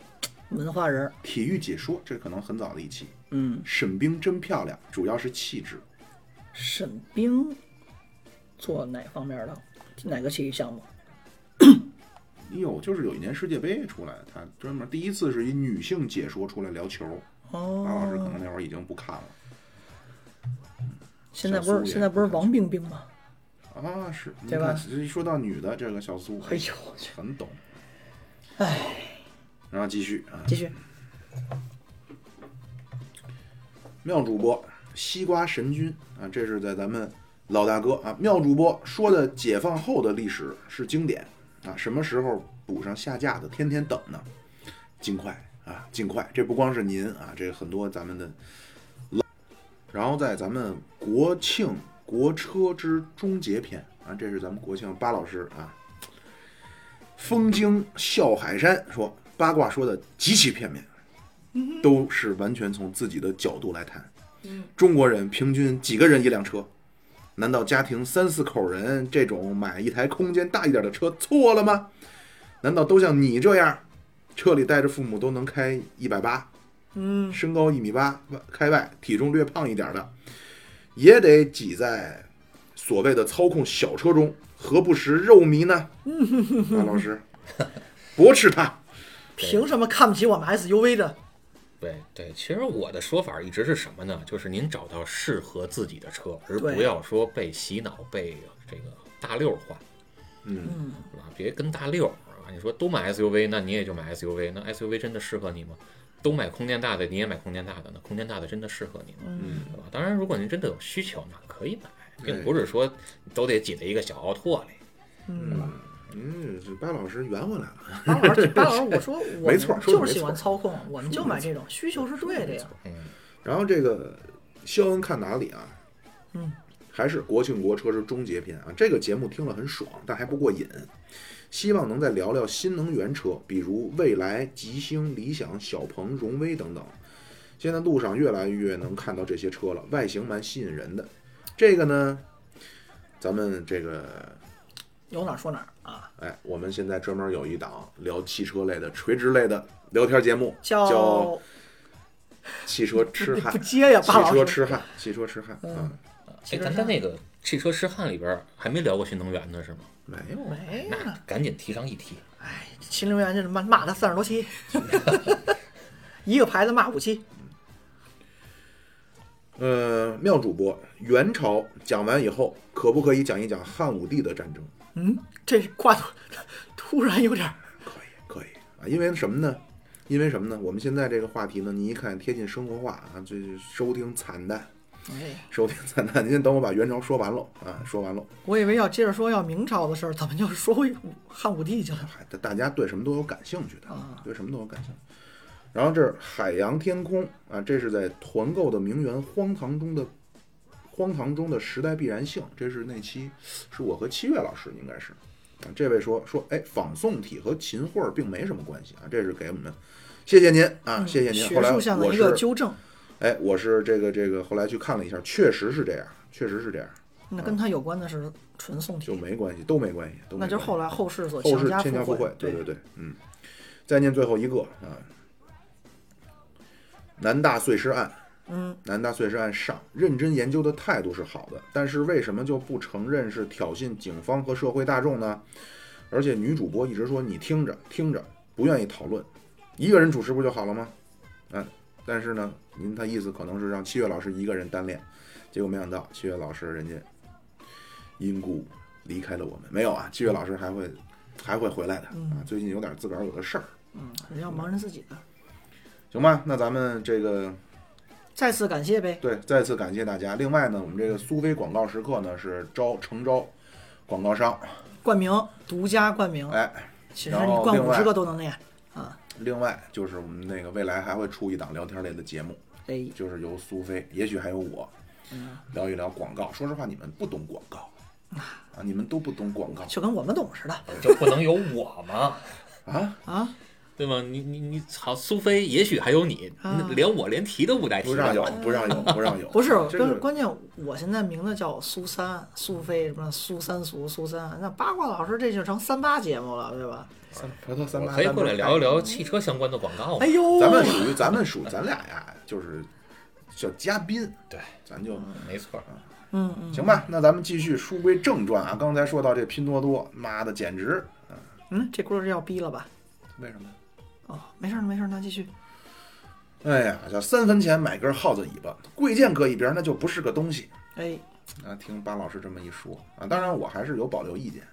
Speaker 6: 文化人儿，
Speaker 4: 体育解说，这可能很早的一期。
Speaker 6: 嗯，
Speaker 4: 沈冰真漂亮，主要是气质。
Speaker 6: 沈冰做哪方面的？哪个体育项目？
Speaker 4: 有，就是有一年世界杯出来，她专门第一次是以女性解说出来聊球。马老师可
Speaker 6: 哦，
Speaker 4: 能那会儿已经不看了
Speaker 6: 现在
Speaker 4: 小
Speaker 6: 不
Speaker 4: 苏
Speaker 6: 是
Speaker 4: 也
Speaker 6: 现在不是王冰冰吗？
Speaker 4: 啊，是，你
Speaker 6: 对吧
Speaker 4: 看一说到女的，这个小苏，
Speaker 6: 哎呦我去
Speaker 4: 很懂。哎，然后继续啊，
Speaker 6: [LAUGHS] 继续，
Speaker 4: 妙主播西瓜神君啊，这是在咱们老大哥啊，妙主播说的解放后的历史是经典啊，什么时候补上下架的，天天等呢，尽快啊，尽快！这不光是您啊，这很多咱们的老，然后在咱们国庆国车之终结篇啊，这是咱们国庆巴老师啊，风惊笑海山说八卦说的极其片面，都是完全从自己的角度来谈。中国人平均几个人一辆车？难道家庭三四口人这种买一台空间大一点的车错了吗？难道都像你这样，车里带着父母都能开一百八，嗯，身高一米八开外，体重略胖一点的，也得挤在所谓的操控小车中，何不食肉糜呢？马老师，驳斥他。
Speaker 6: 凭什么看不起我们 SUV 的？
Speaker 7: 对对，其实我的说法一直是什么呢？就是您找到适合自己的车，而
Speaker 6: 对
Speaker 7: 不要说被洗脑被这个大六换
Speaker 4: 嗯，
Speaker 7: 啊，别跟大六啊。你说都买 SUV，那你也就买 SUV，那 SUV 真的适合你吗？都买空间大的，你也买空间大的，那空间大的真的适合你吗？
Speaker 6: 嗯，
Speaker 7: 对吧？当然，如果您真的有需求，那可以买，
Speaker 4: 对
Speaker 7: 并不是说都得挤在一个小奥拓里。
Speaker 4: [LAUGHS] 嗯，这巴老师圆回来了。
Speaker 6: 巴老师，巴老师，我说我
Speaker 4: 没错
Speaker 6: 们
Speaker 4: 说得
Speaker 6: 就是
Speaker 4: 没
Speaker 6: 喜欢
Speaker 4: 错
Speaker 6: 操控，我们就买这种，需求是对的呀。
Speaker 7: 嗯
Speaker 4: 然后这个肖恩看哪里啊？
Speaker 6: 嗯，
Speaker 4: 还是国庆国车是终结篇啊。这个节目听了很爽，但还不过瘾。希望能再聊聊新能源车，比如蔚来、吉星、理想、小鹏、荣威等等。现在路上越来越能看到这些车了，外形蛮吸引人的。这个呢，咱们这个
Speaker 6: 有哪儿说哪儿啊，
Speaker 4: 哎，我们现在专门有一档聊汽车类的、垂直类的聊天节目，叫
Speaker 6: 叫
Speaker 4: 汽车痴汉
Speaker 6: [LAUGHS] 不》。接呀，
Speaker 4: 汽
Speaker 6: 巴老
Speaker 4: 车
Speaker 6: 师。
Speaker 4: 痴汉，汽车痴汉
Speaker 6: 嗯
Speaker 4: 啊、
Speaker 7: 哎，咱在那个汽车痴汉里边儿还没聊过新能源呢，是吗？
Speaker 4: 没有
Speaker 6: 没
Speaker 4: [LAUGHS]
Speaker 7: 那
Speaker 6: 哎呀，
Speaker 7: 赶紧提上议题。
Speaker 6: 新能源就是骂骂他三十多期，一个牌子骂五期，
Speaker 4: 呃，妙主播，元朝讲完以后，可不可以讲一讲汉武帝的战争？
Speaker 6: 嗯，这挂突突然有点儿，
Speaker 4: 可以，可以啊，因为什么呢？因为什么呢？我们现在这个话题呢，你一看贴近生活化啊，这是收听惨淡，
Speaker 6: 哎，
Speaker 4: 收听惨淡。您先等我把元朝说完喽啊，说完喽。
Speaker 6: 我以为要接着说要明朝的事儿，怎么就说回汉武帝去了？
Speaker 4: 嗨，哎大大家对什么都有感兴趣的
Speaker 6: 啊，
Speaker 4: 对什么都有感兴趣。然后这是海洋天空啊，这是在团购的名媛荒唐中的荒唐中的时代必然性，这是那期是我和七月老师应该是啊，这位说说哎，仿宋体和秦桧儿并没什么关系啊，这是给我们谢谢您啊，谢谢您。
Speaker 6: 嗯学
Speaker 4: 后来
Speaker 6: 术上的
Speaker 4: 我
Speaker 6: 一个
Speaker 4: 是
Speaker 6: 纠正，
Speaker 4: 哎，我是这个这个后来去看了一下，确实是这样，确实是这样，
Speaker 6: 那跟他有关的是纯宋
Speaker 4: 嗯就
Speaker 6: 体，
Speaker 4: 没关系，都没关系，都没
Speaker 6: 那就是
Speaker 4: 关系
Speaker 6: 后来后世所
Speaker 4: 后世
Speaker 6: 加
Speaker 4: 添加
Speaker 6: 附
Speaker 4: 附会，对
Speaker 6: 对
Speaker 4: 对，嗯。再念最后一个啊，南大碎尸案，
Speaker 6: 嗯，
Speaker 4: 南大碎尸案上，认真研究的态度是好的，但是为什么就不承认是挑衅警方和社会大众呢？而且女主播一直说你听着听着，不愿意讨论，一个人主持不就好了吗？嗯，但是呢，您他意思可能是让七月老师一个人单练，结果没想到七月老师人家因故离开了我们，没有啊，七月老师还会还会回来的啊，最近有点自个儿有的事儿，
Speaker 6: 嗯，人要忙人自己的。
Speaker 4: 行吧？那咱们这个
Speaker 6: 再次感谢呗，
Speaker 4: 对，再次感谢大家。另外呢，我们这个苏菲广告时刻呢是招诚招广告商，
Speaker 6: 冠名独家冠名，
Speaker 4: 哎，
Speaker 6: 其实
Speaker 4: 然
Speaker 6: 你
Speaker 4: 后
Speaker 6: 冠
Speaker 4: 另
Speaker 6: 五
Speaker 4: 外
Speaker 6: 十个都能念啊。
Speaker 4: 另外就是我们那个未来还会出一档聊天类的节目，
Speaker 6: 哎，
Speaker 4: 就是由苏菲，也许还有我，聊一聊广告。说实话，你们不懂广 [LAUGHS] 告啊，你们都不懂广告
Speaker 6: 就跟我们懂似的
Speaker 7: 就不能有我吗？ [LAUGHS]
Speaker 4: 啊，
Speaker 6: 啊。
Speaker 7: 对吗？你你你，好，苏菲，也许还有你，
Speaker 6: 啊
Speaker 7: 连我连提都不带提
Speaker 4: [LAUGHS] 不
Speaker 7: 的
Speaker 4: 让有，不让有， [LAUGHS] 不让有，
Speaker 6: 不是，
Speaker 4: 这
Speaker 6: 关
Speaker 4: 个
Speaker 6: 关键，我现在名字叫苏三、苏菲，什么苏三俗、苏三，那八卦老师这就成三八节目了，对吧？
Speaker 4: 回头三
Speaker 7: 我
Speaker 4: 八
Speaker 7: 可以
Speaker 4: 咱
Speaker 7: 过
Speaker 4: 们
Speaker 7: 来聊一聊汽车相关的广告嘛
Speaker 6: 哎。呦，
Speaker 4: 哦咱们属于咱们属咱俩呀，就是叫嘉宾，
Speaker 7: 对，
Speaker 4: 咱就。
Speaker 7: 没错，
Speaker 6: 嗯嗯，
Speaker 4: 行吧，那咱们继续书归正传啊。刚才说到这拼多多，妈的简直，
Speaker 6: 嗯，这轱辘是要逼了吧？
Speaker 4: 为什么？
Speaker 6: 哦，没事儿，没事儿，那继续。
Speaker 4: 哎呀，叫三分钱买根耗子尾巴，贵贱搁一边，那就不是个东西
Speaker 6: 哎，
Speaker 4: 啊。听巴老师这么一说啊，当然我还是有保留意见啊。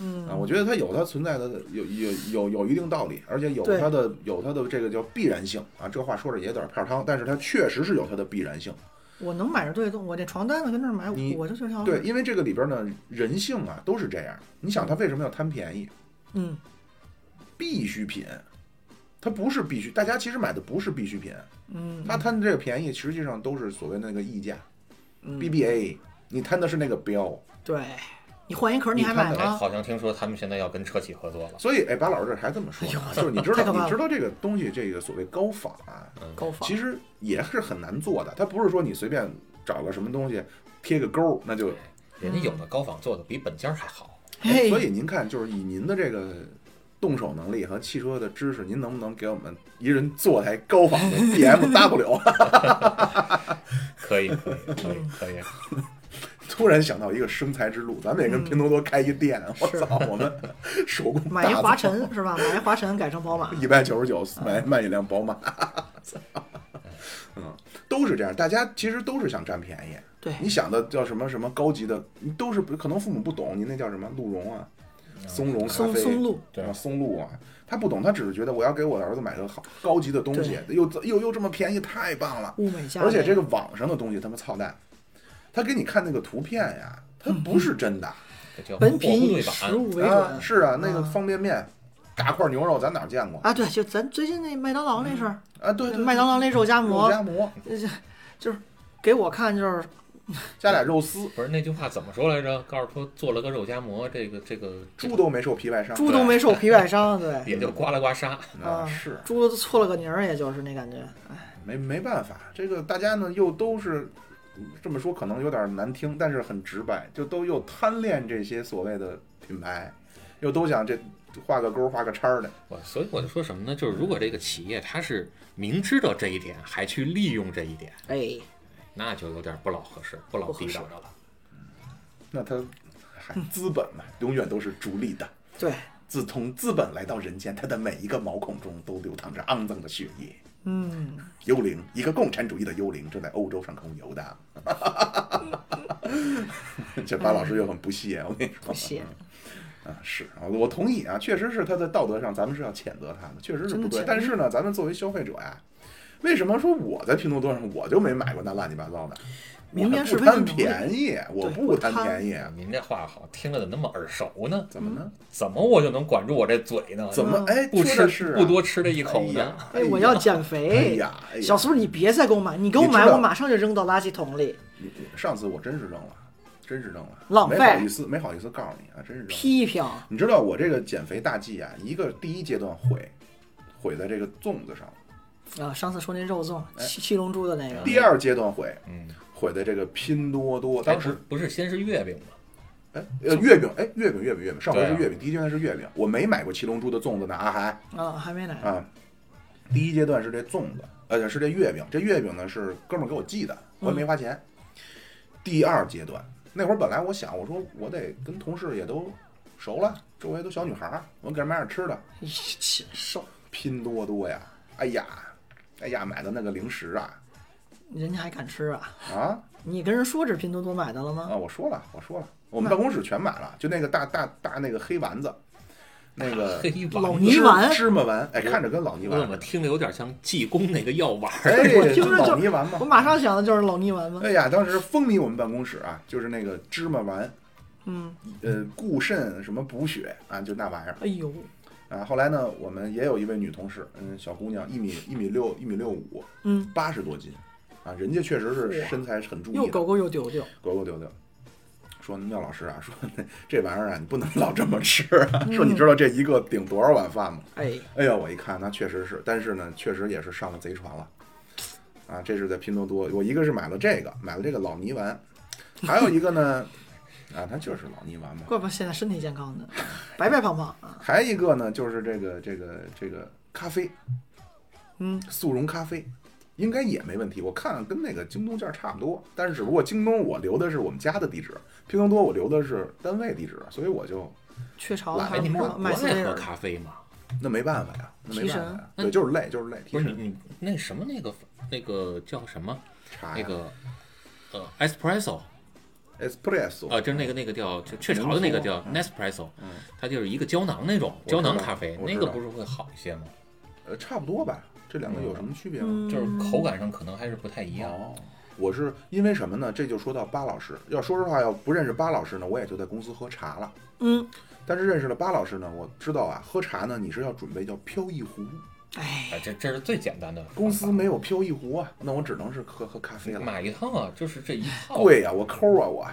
Speaker 6: 嗯，
Speaker 4: 我觉得它有它存在的有有有有一定道理，而且有
Speaker 6: 对
Speaker 4: 它的有它的这个叫必然性啊。这话说着也有点片儿汤，但是它确实是有它的必然性。
Speaker 6: 我能买着对的东，我这床单子跟那儿买，
Speaker 4: 你
Speaker 6: 我就觉得挺好
Speaker 4: 对，，因为这个里边呢，人性啊都是这样。你想它为什么要贪便宜？
Speaker 6: 嗯，
Speaker 4: 必需品，它不是必需，大家其实买的不是必需品，
Speaker 6: 嗯，
Speaker 4: 他贪的这个便宜，实际上都是所谓那个溢价、
Speaker 6: 嗯
Speaker 4: b b a 你贪的是那个标，
Speaker 6: 对，你换一壳儿你还
Speaker 4: 你
Speaker 6: 买
Speaker 4: 看
Speaker 7: 哎，
Speaker 6: 吗？
Speaker 7: 好像听说他们现在要跟车企合作了。
Speaker 4: 所以哎，白老师这还这么说呢，就是你知
Speaker 6: 太可
Speaker 4: 道，
Speaker 6: 怕了嗯
Speaker 4: 你知道这个东西，这个所谓高仿啊，
Speaker 6: 高仿
Speaker 4: 其实也是很难做的，它不是说你随便找个什么东西贴个勾，那就，
Speaker 7: 人家有的高仿做的比本家还
Speaker 4: [LAUGHS]
Speaker 7: 好，
Speaker 6: 嘿，
Speaker 4: 所以您看，就是以您的这个。动手能力和汽车的知识，您能不能给我们一人做台高仿
Speaker 6: [LAUGHS]
Speaker 4: 的 BMW？
Speaker 7: 可以可以可
Speaker 6: 嗯
Speaker 7: 以可以，
Speaker 4: [LAUGHS] 突然想到一个生财之路，咱们也
Speaker 6: 嗯
Speaker 4: 跟拼多多开一店。我操，我
Speaker 6: [LAUGHS]
Speaker 4: 们手工
Speaker 6: 买一嗯
Speaker 4: 大
Speaker 6: 华
Speaker 4: 造
Speaker 6: 晨是吧？买一华晨改成宝马，
Speaker 4: 一百九十九买卖一辆
Speaker 6: [LAUGHS]
Speaker 4: 宝马，嗯，都是这样，大家其实都是想占便宜。
Speaker 6: 对
Speaker 4: 你想的叫什么什么高级的，你都是不可能父母不懂，您那叫什么鹿茸啊，松茸咖
Speaker 6: 嗯松
Speaker 4: 啡，
Speaker 6: 松露，
Speaker 7: 对
Speaker 4: 啊，松露啊，他不懂，他只是觉得我要给我的儿子买个好高级的东西，又又又这么便宜，太棒了。
Speaker 6: 物美价
Speaker 4: 而且这
Speaker 6: 个
Speaker 4: 个网上的东西他妈操蛋，他给你看那个图片呀，它不是真的。
Speaker 7: 这叫
Speaker 6: 本
Speaker 7: 货
Speaker 6: 品
Speaker 7: 不
Speaker 6: 以
Speaker 7: 对
Speaker 6: 实
Speaker 7: 版。
Speaker 6: 物为
Speaker 4: 啊，
Speaker 6: 准，
Speaker 4: 是啊，那个
Speaker 6: 啊
Speaker 4: 方便面，大块牛肉咱哪见过
Speaker 6: 啊，对，就咱最近那麦当劳那事儿，
Speaker 4: 啊？对对，
Speaker 6: 麦当劳那肉夹馍
Speaker 4: 肉，夹馍
Speaker 6: 给我看就是
Speaker 4: 加俩肉丝，
Speaker 7: 不是那句话怎么说来着？告诉说做了个肉夹馍，这个这个
Speaker 4: 猪都没受皮外伤，
Speaker 6: 猪都没受皮
Speaker 4: [LAUGHS]
Speaker 6: 外伤，对，
Speaker 7: 也就刮了刮痧。
Speaker 4: 啊
Speaker 6: 啊
Speaker 4: 是
Speaker 6: 猪都错了个泥儿，也就是那感觉，哎，
Speaker 4: 没没办法，这个大家呢又都是这么说，可能有点难听，但是很直白，就都又贪恋这些所谓的品牌，又都想这画个勾画个叉儿的，
Speaker 7: 我所以我就说什么呢？就是如果这个企业它是明知道这一点，还去利用这一点，
Speaker 6: 哎，
Speaker 7: 那就有点不老合适，不老地道的了。
Speaker 4: 那他还资本嘛，永远都是逐利的。
Speaker 6: 对，
Speaker 4: 自从资本来到人间，它的每一个毛孔中都流淌着肮脏的血液。
Speaker 6: 嗯，
Speaker 4: 幽灵，一个共产主义的幽灵正在欧洲上空游荡。 [LAUGHS] 这巴老师又很不屑，我跟你说，
Speaker 6: 不屑，
Speaker 4: 啊，是啊，我同意啊，确实是他在道德上，咱们是要谴责他的，确实是
Speaker 6: 真
Speaker 4: 不
Speaker 6: 的
Speaker 4: 对
Speaker 6: 谴。责
Speaker 4: 但是呢，咱们作为消费者呀、为什么说我在拼多多上我就没买过那乱七八糟的？
Speaker 6: 明辨
Speaker 4: 我
Speaker 6: 是
Speaker 4: 不
Speaker 6: 非的
Speaker 4: 贪
Speaker 6: 能力
Speaker 4: 便宜，我
Speaker 6: 对
Speaker 4: 不
Speaker 6: 不
Speaker 4: 贪
Speaker 6: 贪
Speaker 4: 便宜，
Speaker 7: 啊
Speaker 4: 啊
Speaker 7: 您这话好听着怎么那么耳熟呢？
Speaker 4: 怎么
Speaker 6: 嗯
Speaker 4: 呢？
Speaker 7: 怎么我就能管住我这嘴呢？嗯
Speaker 4: 怎么哎，
Speaker 7: 不
Speaker 4: 说
Speaker 7: 吃
Speaker 4: 的是啊
Speaker 7: 不多吃这一
Speaker 4: 哎
Speaker 7: 口呢？
Speaker 4: 呀，
Speaker 6: 哎，我要减
Speaker 4: 哎
Speaker 6: 肥，
Speaker 4: 呀，哎呀
Speaker 6: 小苏你别再给我买，你给我
Speaker 4: 你知
Speaker 6: 买
Speaker 4: 道
Speaker 6: 我马上就扔到垃圾桶里，
Speaker 4: 你你上次我真是扔了，真是扔了，
Speaker 6: 浪费
Speaker 4: 没好意思，没好意思告诉你啊，真是扔了。
Speaker 6: 批评，
Speaker 4: 你知道我这个减肥大计啊，一个第一阶段毁，毁在这个粽子上；
Speaker 6: 啊，上次说那肉粽，
Speaker 4: 哎
Speaker 6: 七七龙珠的那个，
Speaker 4: 第二阶段毁，
Speaker 7: 嗯，
Speaker 4: 毁在这个拼多多。
Speaker 7: 哎
Speaker 4: 当
Speaker 7: 不
Speaker 4: 时
Speaker 7: 是，不是先是月饼吗？
Speaker 4: 哎，呃，月饼，哎，月饼，月饼，月饼，上回是
Speaker 7: 对啊
Speaker 4: 月饼，第一阶段是月饼，我没买过七龙珠的粽子呢，啊还
Speaker 6: 啊，还没来，
Speaker 4: 啊，第一阶段是这粽子，呃，是这月饼，这月饼呢是哥们儿给我寄的，我也没花钱。第二阶段那会儿，本来我想，我说我得跟同事也都熟了，周围都小女孩儿，我给人买点吃的。
Speaker 6: 一禽兽，
Speaker 4: 拼多多呀，哎呀，哎呀，买的那个零食啊
Speaker 6: 人家还敢吃啊？
Speaker 4: 啊
Speaker 6: 你跟人说这是拼多多买的了吗？
Speaker 4: 啊！我说了，我说了，我们办公室全买了，就那个大大大那个黑丸子，那个
Speaker 5: 黑丸
Speaker 6: 老
Speaker 5: 子
Speaker 6: 泥丸
Speaker 4: 芝芝麻丸，哎，看着跟老泥丸
Speaker 5: 呃
Speaker 4: 似
Speaker 5: 我怎
Speaker 4: 的
Speaker 5: 么。听着有点像济公那个药丸儿？
Speaker 4: 哎，
Speaker 6: 我听着就
Speaker 4: 老泥丸嘛
Speaker 6: 我。马上想的就是老泥丸吗？
Speaker 4: 哎呀，当时风靡我们办公室啊，就是那个芝麻丸，
Speaker 6: 嗯，
Speaker 4: 呃，固肾什么补血啊，就那玩意儿
Speaker 6: 哎呦，
Speaker 4: 啊。后来呢，我们也有一位女同事，嗯，小姑娘，一米一米六一米六五，
Speaker 6: 嗯，
Speaker 4: 八十多斤啊，人家确实是身材很注意
Speaker 6: 又
Speaker 4: 的，
Speaker 6: 狗狗又丢丢，
Speaker 4: 狗狗丢丢。说妙老师啊，说这玩意儿啊，你不能老这么吃啊。说你知道这一个顶多少碗饭吗？
Speaker 6: 哎，
Speaker 4: 哎呀，我一看那确实是，但是呢，确实也是上了贼船了，啊，这是在拼多多，我一个是买了这个，买了这个老泥丸，还有一个呢，啊，它就是老泥丸嘛，
Speaker 6: 怪不得现在身体健康的，白白胖胖啊，
Speaker 4: 还一个呢就是这个这个这个咖啡，
Speaker 6: 嗯，
Speaker 4: 速溶咖啡，应该也没问题，我看跟那个京东价差不多，但是只不过京东我留的是我们家的地址，拼多多我留的是单位地址，所以我就
Speaker 6: 雀巢的
Speaker 4: 来
Speaker 6: 还
Speaker 5: 哎，
Speaker 6: 是
Speaker 5: 你不是
Speaker 6: 麦麦
Speaker 5: 国
Speaker 6: 斯
Speaker 5: 内
Speaker 6: 威
Speaker 5: 喝
Speaker 6: 尔，
Speaker 5: 咖啡吗？
Speaker 4: 那没办法呀，那没
Speaker 6: 提神嗯
Speaker 4: 办法呀，对，就是累，就是累，提
Speaker 5: 不是
Speaker 4: 神
Speaker 5: 你你那什么那个那个叫什么
Speaker 4: 茶
Speaker 5: 那
Speaker 4: 呀
Speaker 5: 个呃 espresso
Speaker 4: espresso
Speaker 7: 呃
Speaker 5: 啊，就是那个那个叫就雀巢的那个叫
Speaker 7: 嗯
Speaker 5: Nespresso，它就是一个胶囊那种
Speaker 4: 我知道
Speaker 5: 胶囊咖啡，
Speaker 4: 我知
Speaker 5: 那
Speaker 4: 道
Speaker 5: 个不是会好一些吗？
Speaker 4: 呃，差不多吧。这两个有什么区别吗？
Speaker 6: 嗯，
Speaker 5: 就是口感上可能还是不太一样。
Speaker 4: 哦，我是因为什么呢？这就说到巴老师。要说实话，要不认识巴老师呢，我也就在公司喝茶了。
Speaker 6: 嗯，
Speaker 4: 但是认识了巴老师呢，我知道啊，喝茶呢你是要准备叫飘逸壶，
Speaker 6: 哎，
Speaker 5: 啊，这这是最简单的方法。
Speaker 4: 公司没
Speaker 5: [LAUGHS]
Speaker 4: 有飘逸壶啊，那我只能是喝喝咖啡了。
Speaker 5: 买一趟啊，就是这一套。
Speaker 4: 贵呀、我抠啊我，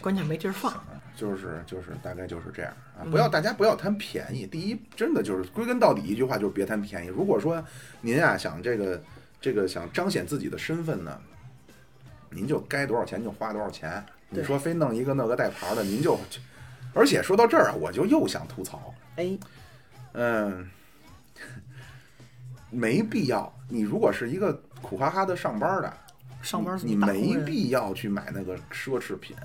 Speaker 6: 关键没地儿放，
Speaker 4: 就是就是大概就是这样啊！不要大家不要贪便宜，第一真的就是归根到底一句话就是别贪便宜。如果说您啊想这个这个想彰显自己的身份呢，您就该多少钱就花多少钱。你
Speaker 6: 对
Speaker 4: 说非弄一个那个带牌的，您就，而且说到这儿啊，我就又想吐槽，
Speaker 6: 哎，
Speaker 4: 嗯，没必要。你如果是一个苦哈哈的上班的，
Speaker 6: 上班族
Speaker 4: 你你
Speaker 6: 大工
Speaker 4: 没
Speaker 6: 人哎
Speaker 4: 必要去买那个奢侈品，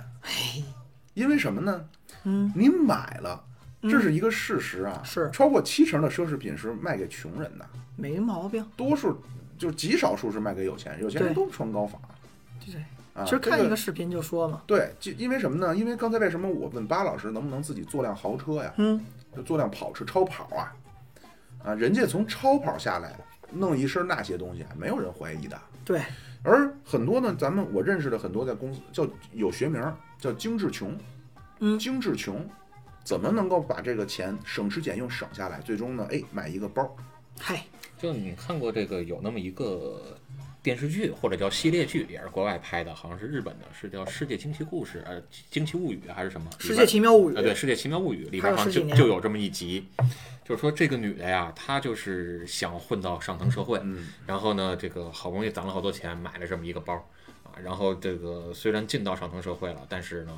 Speaker 4: 因为什么呢？
Speaker 6: 嗯，
Speaker 4: 你买了，这是一个事实啊。
Speaker 6: 是
Speaker 4: 超过七成的奢侈品是卖给穷人的，
Speaker 6: 没毛病，
Speaker 4: 多数就是极少数是卖给有钱人，有钱人
Speaker 6: 对
Speaker 4: 都穿高仿。
Speaker 6: 对，
Speaker 4: 啊，
Speaker 6: 其实看
Speaker 4: 这
Speaker 6: 一个视频就说嘛，
Speaker 4: 对，就因为什么呢？因为刚才为什么我问巴老师能不能自己坐辆豪车呀？
Speaker 6: 嗯，
Speaker 4: 就坐辆跑车、超跑啊，啊，人家从超跑下来弄一身那些东西，啊没有人怀疑的。
Speaker 6: 对，
Speaker 4: 而很多呢，咱们我认识的很多在公司叫有学名儿叫精致穷，
Speaker 6: 嗯
Speaker 4: 精致穷怎么能够把这个钱省吃俭用省下来，最终呢，哎，买一个包，
Speaker 6: 嗨，
Speaker 5: 就你看过这个有那么一个电视剧或者叫系列剧，也是国外拍的，好像是日本的，是叫《世界惊奇故事》呃，《惊奇物语》还是什么？里
Speaker 6: 世
Speaker 5: 边
Speaker 6: 界奇妙物语
Speaker 5: 啊，，对，《世界奇妙物语》里
Speaker 6: 还
Speaker 5: 边
Speaker 6: 有
Speaker 5: 好像
Speaker 6: 十几
Speaker 5: 就
Speaker 6: 年
Speaker 5: 就有这么一集，就是说这个女的呀，她就是想混到上层社会，
Speaker 4: 嗯
Speaker 5: 然后呢，这个好不容易攒了好多钱，买了这么一个包啊，然后这个虽然进到上层社会了，但是呢，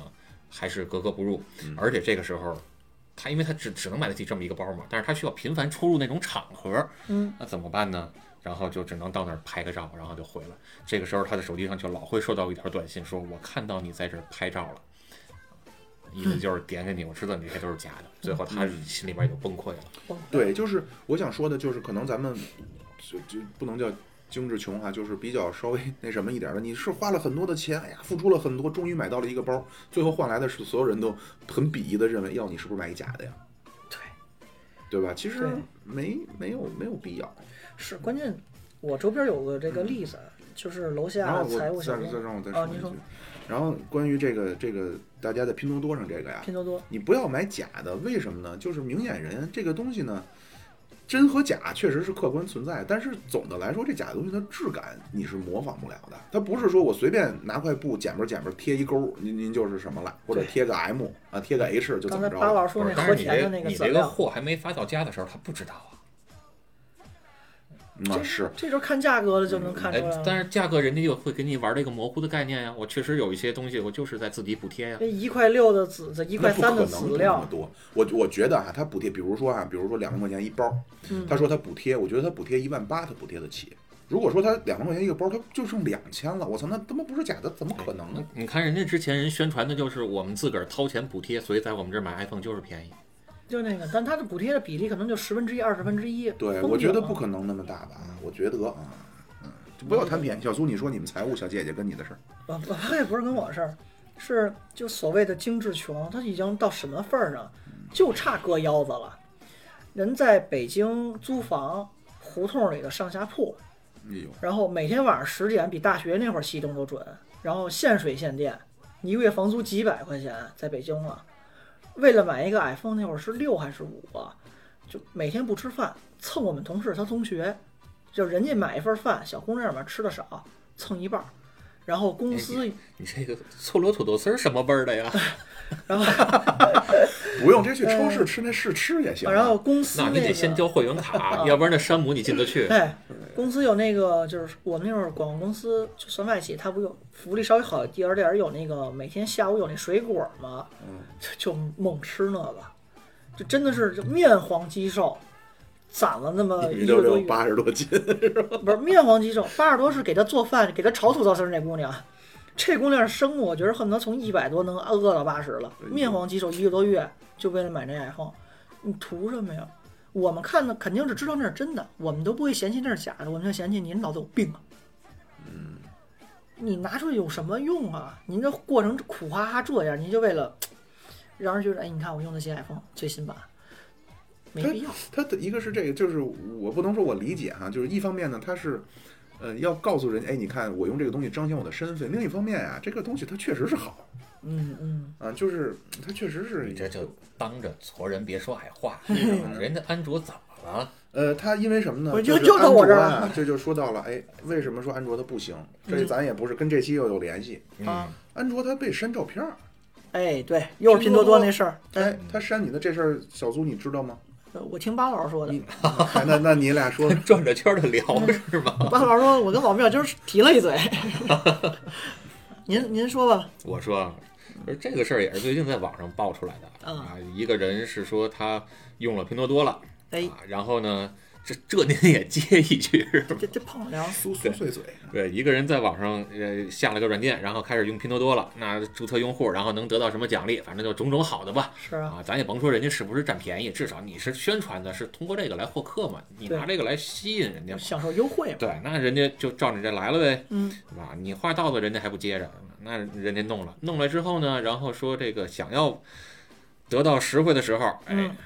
Speaker 5: 还是格格不入，
Speaker 6: 嗯
Speaker 5: 而且这个时候。她因为她只只能买得起这么一个包嘛，但是她需要频繁出入那种场合，
Speaker 6: 嗯，
Speaker 5: 那怎么办呢？然后就只能到那儿拍个照，然后就回来。这个时候她的手机上就老会收到一条短信，说我看到你在这儿拍照了，意
Speaker 6: 嗯
Speaker 5: 思就是点给你，我知道你这都是假的。最后她心里边就崩溃了。
Speaker 4: 对，就是我想说的，就是可能咱们就就不能叫精致穷啊，就是比较稍微那什么一点儿的。你是花了很多的钱，哎呀，付出了很多，终于买到了一个包，最后换来的是所有人都很鄙夷的认为，要你是不是买一假的呀？
Speaker 6: 对，
Speaker 4: 对吧？其实
Speaker 6: 对
Speaker 4: 没没有没有必要。
Speaker 6: 是关键，我周边有个这个例子，就是楼
Speaker 4: 然
Speaker 6: 下
Speaker 4: 后我
Speaker 6: 啊财务
Speaker 4: 再
Speaker 6: 小
Speaker 4: 再
Speaker 6: 哥，
Speaker 4: 让我再
Speaker 6: 啊
Speaker 4: 说一
Speaker 6: 您
Speaker 4: 句
Speaker 6: 说，
Speaker 4: 然后关于这个这个大家在拼多多上这个呀，
Speaker 6: 拼多多，
Speaker 4: 你不要买假的，为什么呢？就是明眼人这个东西呢，真和假确实是客观存在，但是总的来说，这假的东西它质感你是模仿不了的。它不是说我随便拿块布剪吧剪吧贴一勾，您您就是什么了，或者
Speaker 6: 对
Speaker 4: 贴个 M 啊，贴个 H 就怎
Speaker 6: 刚
Speaker 4: 么
Speaker 6: 才
Speaker 4: 着
Speaker 6: 巴老
Speaker 4: 了。
Speaker 6: 师说那
Speaker 5: 但
Speaker 6: 和
Speaker 5: 是你
Speaker 6: 田的那
Speaker 5: 这你
Speaker 6: 佐
Speaker 5: 这个
Speaker 6: 料，
Speaker 5: 货还没发到家的时候，他不知道啊。
Speaker 4: 那嗯是
Speaker 6: 这就是看价格了就能看
Speaker 5: 哎
Speaker 6: 出来，了。
Speaker 5: 但是价格人家又会给你玩这个模糊的概念呀。我确实有一些东西，我就是在自己补贴呀
Speaker 6: 这。一块六的籽子，一
Speaker 4: 一
Speaker 6: 块三的
Speaker 4: 不可能
Speaker 6: 籽
Speaker 4: 有那么
Speaker 6: 料，
Speaker 4: 多，我我觉得啊，他补贴，比如说啊，比如说两万块钱一包，
Speaker 6: 嗯
Speaker 4: 他说他补贴，我觉得他补贴一万八，他补贴得起。如果说他两万块钱一个包，他就剩两千了，我操，那他妈不是假的，怎么可能呢？
Speaker 5: 你看人家之前人宣传的就是我们自个儿掏钱补贴，所以在我们这儿买 iPhone 就是便宜。
Speaker 6: 就那个，但它的补贴的比例可能就十分之一、二十分之一。
Speaker 4: 对，
Speaker 6: 封
Speaker 4: 我觉
Speaker 6: 顶
Speaker 4: 得
Speaker 6: 了
Speaker 4: 不可能那么大吧，我觉得啊，嗯，就不要贪便宜。小苏，你说你们财务小姐姐跟你的事儿，
Speaker 6: 不不，也不是跟我事儿，是就所谓的精致穷，他已经到什么份儿上，
Speaker 4: 嗯
Speaker 6: 就差割腰子了。人在北京租房，胡同里的上下铺，[LAUGHS]
Speaker 4: 哎呦，
Speaker 6: 然后每天晚上十点比大学那会儿熄灯都准，然后限水限电，一个月房租几百块钱，在北京啊，为了买一个 iPhone 那会儿是六还是五啊，就每天不吃饭，蹭我们同事他同学，就人家买一份饭，小姑娘嘛吃的少，蹭一半儿，然后公司
Speaker 5: 你这个错罗土豆丝儿什么味儿的
Speaker 6: [LAUGHS]
Speaker 5: 呀？
Speaker 6: 然后，
Speaker 4: 不用，这去超市吃那试吃也行啊。
Speaker 6: 呃
Speaker 4: [LAUGHS]
Speaker 6: 然后公司
Speaker 5: 那
Speaker 6: 个，
Speaker 5: 你得先交会员卡，要不然那山姆你进得去。
Speaker 6: 哎，公司有那个，就是我们那会儿广告公司，就算外企，它不有福利稍微好一点点儿，有那个每天下午有那水果嘛，
Speaker 4: 嗯
Speaker 6: 就就猛吃那个，就真的是就面黄肌瘦，攒了那么
Speaker 4: 一
Speaker 6: 一
Speaker 4: 六
Speaker 6: 个多
Speaker 4: 六
Speaker 6: 月，
Speaker 4: 八十多斤，
Speaker 6: 不是面黄肌瘦，八十多是给他做饭，给他炒土豆丝儿那姑娘。这姑娘生的，我觉得恨不得从一百多能饿到八十了，面黄肌瘦一个多月，就为了买这 iPhone，你图什么呀？我们看的肯定是知道那是真的，我们都不会嫌弃那是假的，我们就嫌弃您脑子有病啊。嗯，你拿出来有什么用啊？您这过程苦哈哈这样，您就为了让人觉得，哎，你看我用的新 iPhone 最新版，没必要。
Speaker 4: 他的一个是这个，就是我不能说我理解哈、就是一方面呢，他是，呃，要告诉人家，哎，你看我用这个东西彰显我的身份；另一方面啊，这个东西它确实是好
Speaker 6: 嗯嗯。
Speaker 4: 啊，就是它确实是
Speaker 5: [LAUGHS] 你这就当着矬人别说矮
Speaker 6: [LAUGHS]
Speaker 5: 话，人家安卓怎么了？
Speaker 4: 呃，它因为什么呢？
Speaker 6: 我
Speaker 4: 就
Speaker 6: 就是就到我
Speaker 4: 安卓
Speaker 6: 这儿
Speaker 4: 啊
Speaker 6: 了，
Speaker 4: 这就说到了，哎，为什么说安卓它
Speaker 6: [LAUGHS]
Speaker 4: 不行？这咱也不是跟这期又有联系，
Speaker 6: 啊
Speaker 5: 嗯，
Speaker 4: 安卓它被删照片儿，
Speaker 6: 哎，对，又是拼多多那事儿。
Speaker 4: 哎，它删你的这事儿，小苏你知道
Speaker 6: [LAUGHS]
Speaker 4: 吗？
Speaker 6: 呃我听巴老师说的，
Speaker 4: 哎那那你
Speaker 6: [LAUGHS]
Speaker 4: 俩说说，
Speaker 5: [LAUGHS] 转着圈的聊
Speaker 6: 嗯
Speaker 5: 是吧？
Speaker 6: 巴老师说，我跟王妙今儿提了一嘴。 [LAUGHS] 您您说吧，
Speaker 5: 我说啊，就是这个事儿也是最近在网上爆出来的
Speaker 6: 嗯
Speaker 5: 啊。一个人是说他用了拼多多了，
Speaker 6: 哎，
Speaker 5: 啊，然后呢，这这您也接一句是吧？ [LAUGHS]
Speaker 6: 这这碰凉，
Speaker 4: 苏苏碎嘴，
Speaker 5: 对，一个人在网上呃下了个软件，然后开始用拼多多了，那注册用户，然后能得到什么奖励？反正就种种好的吧。
Speaker 6: 是啊，
Speaker 5: 啊，咱也甭说人家是不是占便宜，至少你是宣传的，是通过这个来获客嘛，你拿这个来吸引人家嘛。
Speaker 6: 享受优惠嘛。
Speaker 5: 对，那人家就照你这来了呗，
Speaker 6: 嗯，
Speaker 5: 对吧？啊你话到了，人家还不接着，那人家弄了，弄了之后呢，然后说这个想要得到实惠的时候，哎，
Speaker 6: 嗯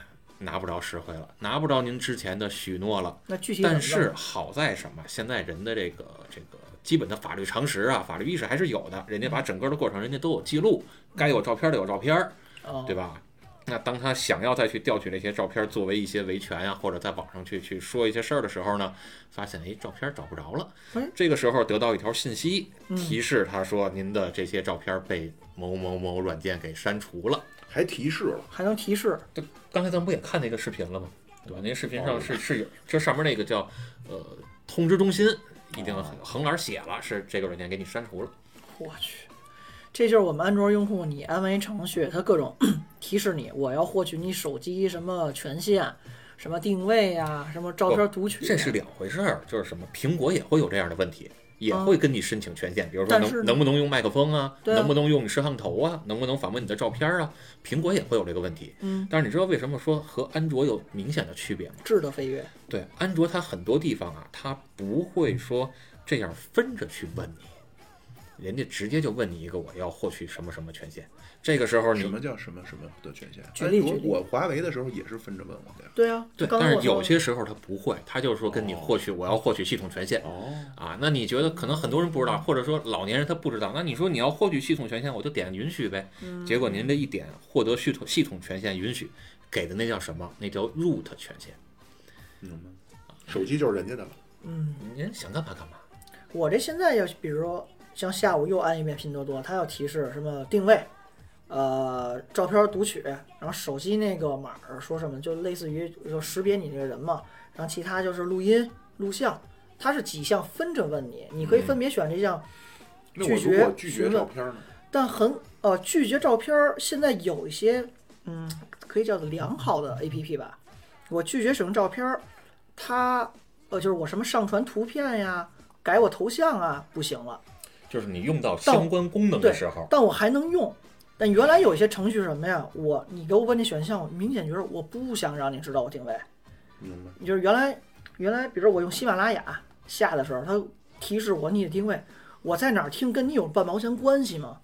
Speaker 5: 拿不着实惠了，拿不着您之前的许诺了。
Speaker 6: 那具体怎么
Speaker 5: 但
Speaker 6: 弄
Speaker 5: 是好在什么？现在人的这个这个基本的法律常识啊，法律意识还是有的，人家把整个的过程人家都有记录，该有照片的有照片儿，
Speaker 6: 哦
Speaker 5: 对吧？那当他想要再去调取那些照片作为一些维权呀、或者在网上去去说一些事儿的时候呢，发现哎，照片找不着了
Speaker 6: 嗯。
Speaker 5: 这个时候得到一条信息，
Speaker 6: 嗯
Speaker 5: 提示他说您的这些照片被某某某软件给删除了。
Speaker 4: 还提示了，
Speaker 6: 还能提示，
Speaker 5: 这刚才咱们不也看那个视频了吗？对吧？那个视频上是是有，这上面那个叫呃通知中心已经横栏写了，是这个软件给你删除了。
Speaker 6: 我去，这就是我们安卓用户，你安完一程序，它各种 [COUGHS] 提示你，我要获取你手机什么权限，什么定位呀，什么照片读取呀，
Speaker 5: 哦
Speaker 6: 啊
Speaker 5: 这是两回事儿，就是什么，苹果也会有这样的问题，也会跟你申请权限，比如说
Speaker 6: 嗯但是
Speaker 5: 能能不能用麦克风啊，
Speaker 6: 对啊
Speaker 5: 能不能用你摄像头啊，能不能访问你的照片啊，苹果也会有这个问题。
Speaker 6: 嗯，
Speaker 5: 但是你知道为什么说和安卓有明显的区别吗？
Speaker 6: 质的飞跃。
Speaker 5: 对，安卓它很多地方啊，它不会说这样分着去问你，人家直接就问你一个我要获取什么什么权限，这个时候
Speaker 4: 什
Speaker 5: 你
Speaker 4: 么叫什么什么的权限？
Speaker 6: 举例
Speaker 4: 安卓
Speaker 6: 举例
Speaker 4: 我华为的时候也是分着问我的呀。
Speaker 6: 对啊，
Speaker 5: 对，
Speaker 6: 刚
Speaker 5: 但
Speaker 6: 才
Speaker 5: 是
Speaker 6: 我说
Speaker 5: 有些时候他不会，他就是说跟你获取，我要获取系统权限。
Speaker 4: 哦，
Speaker 5: 啊，那你觉得可能很多人不知道，或者说老年人他不知道，那你说你要获取系统权限，我就点允许呗。结果您这一点获得系统系统权限允许，给的那叫什么？那叫 root 权限。
Speaker 4: 明白。手机就是人家的了，
Speaker 5: 您想干嘛干嘛。
Speaker 6: 我这现在要比如说像下午又按一遍拼多多，它要提示什么定位，呃，照片读取，然后手机那个码儿说什么，就类似于就识别你这个人嘛，然后其他就是录音、录像，它是几项分着问你，你可以分别选这项，
Speaker 4: 那我
Speaker 6: 拒
Speaker 4: 如
Speaker 6: 绝
Speaker 4: 果拒绝
Speaker 6: 询问
Speaker 4: 照片呢？
Speaker 6: 但很呃拒绝照片儿，现在有一些嗯可以叫做良好的 A P P 吧，我拒绝使用照片儿，它呃就是我什么上传图片呀，改我头像啊，不行了。
Speaker 5: 就是你用到相关功能的
Speaker 6: 对
Speaker 5: 时候，
Speaker 6: 但我还能用。但原来有一些程序是什么呀？我你给我问这选项，我明显觉得我不想让你知道我定位。
Speaker 4: 明白？
Speaker 6: 就是原来原来，比如说我用喜马拉雅下的时候，它提示我你的定位，我在哪儿听跟你有半毛钱关系吗？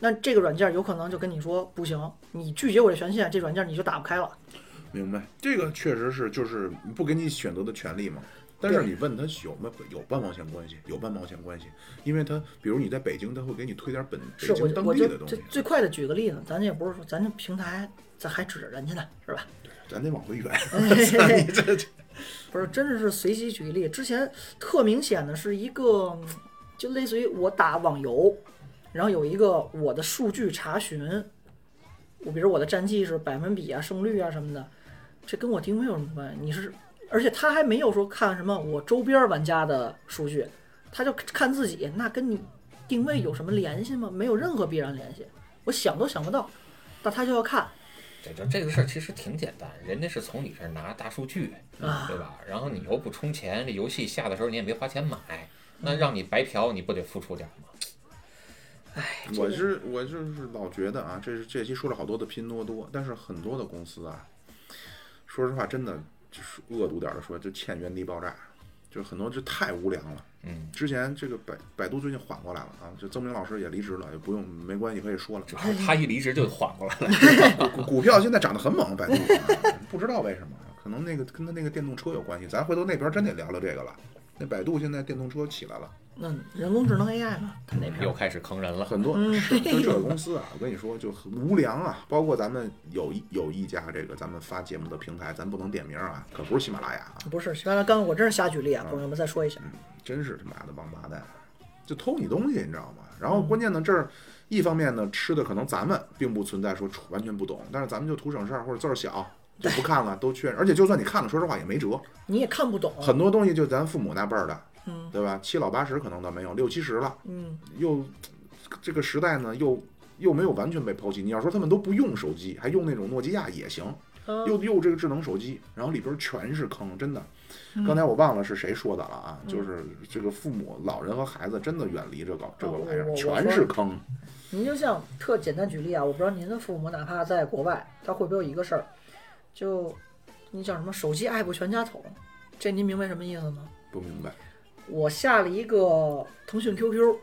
Speaker 6: 那这个软件有可能就跟你说不行，你拒绝我这权限，这软件你就打不开了。
Speaker 4: 明白，这个确实是就是不给你选择的权利嘛。但是
Speaker 6: 对
Speaker 4: 你问他有没有半毛钱关系，有半毛钱关系，因为他比如你在北京，他会给你推点本北
Speaker 6: 是我
Speaker 4: 京当
Speaker 6: 我
Speaker 4: 地
Speaker 6: 就
Speaker 4: 的东
Speaker 6: 最
Speaker 4: 西，
Speaker 6: 最快的举个例子，咱这也不是说咱这平台，咱还指着人家呢，是吧？ [LAUGHS]
Speaker 4: 咱得往回圆。
Speaker 6: 不是，真的是随机举例。之前特明显的是一个，嗯就类似于我打网游，然后有一个我的数据查询，我比如我的战绩是百分比啊、胜率啊什么的，这跟我定位有什么关系？你是，而且他还没有说看什么我周边玩家的数据，他就看自己，那跟你定位有什么联系吗？没有任何必然联系，我想都想不到，但他就要看。
Speaker 7: 这就这个事儿其实挺简单，人家是从你这儿拿大数据，
Speaker 6: 啊
Speaker 7: 对吧？然后你又不充钱，这游戏下的时候你也没花钱买，那让你白嫖，你不得付出点儿吗？
Speaker 4: 我是我就是老觉得啊，这是这期说了好多的拼多多，但是很多的公司啊，说实话，真的就是恶毒点的说，就欠原地爆炸，就很多就太无良了。
Speaker 7: 嗯，
Speaker 4: 之前这个百百度最近缓过来了啊，就曾明老师也离职了，也不用没关系，可以说了。
Speaker 7: 主要是他一离职就缓过来了，
Speaker 4: 股股票现在涨得很猛，百度、啊、不知道为什么，可能那个跟他那个电动车有关系。咱回头那边真得聊聊这个了。那百度现在电动车起来了，
Speaker 6: 那人工智能 AI 嘛，他那边
Speaker 7: 又开始坑人了。
Speaker 4: 很多
Speaker 6: 嗯
Speaker 4: 是就这个公司啊，我跟你说就很无良啊，包括咱们有一有一家这个咱们发节目的平台，咱不能点名啊，可不是喜马拉雅啊，
Speaker 6: 不是，刚才刚我真是瞎举例啊，朋友们再说一下。
Speaker 4: 真是他妈的王八蛋，就偷你东西，你知道吗？然后关键呢，这儿一方面呢，吃的可能咱们并不存在说完全不懂，但是咱们就图省事儿或者字儿小。就不看了，都确认，而且就算你看了，说实话也没辙，
Speaker 6: 你也看不懂，啊
Speaker 4: 很多东西就咱父母那辈儿的，
Speaker 6: 嗯
Speaker 4: 对吧？七老八十可能倒没有，六七十了，
Speaker 6: 嗯，
Speaker 4: 又这个时代呢，又又没有完全被抛弃。你要说他们都不用手机，还用那种诺基亚也行，
Speaker 6: 啊
Speaker 4: 又又这个智能手机，然后里边全是坑，真的。
Speaker 6: 嗯
Speaker 4: 刚才我忘了是谁说的了啊，就是这个父母、老人和孩子真的远离这个这个玩意
Speaker 6: 哦我我
Speaker 4: 儿，
Speaker 6: 我
Speaker 4: 全是坑。
Speaker 6: 您就像特简单举例啊，我不知道您的父母哪怕在国外，他会不会有一个事儿，就你叫什么手机 app 全家桶，这您明白什么意思吗？
Speaker 4: 不明白，
Speaker 6: 我下了一个腾讯 QQ，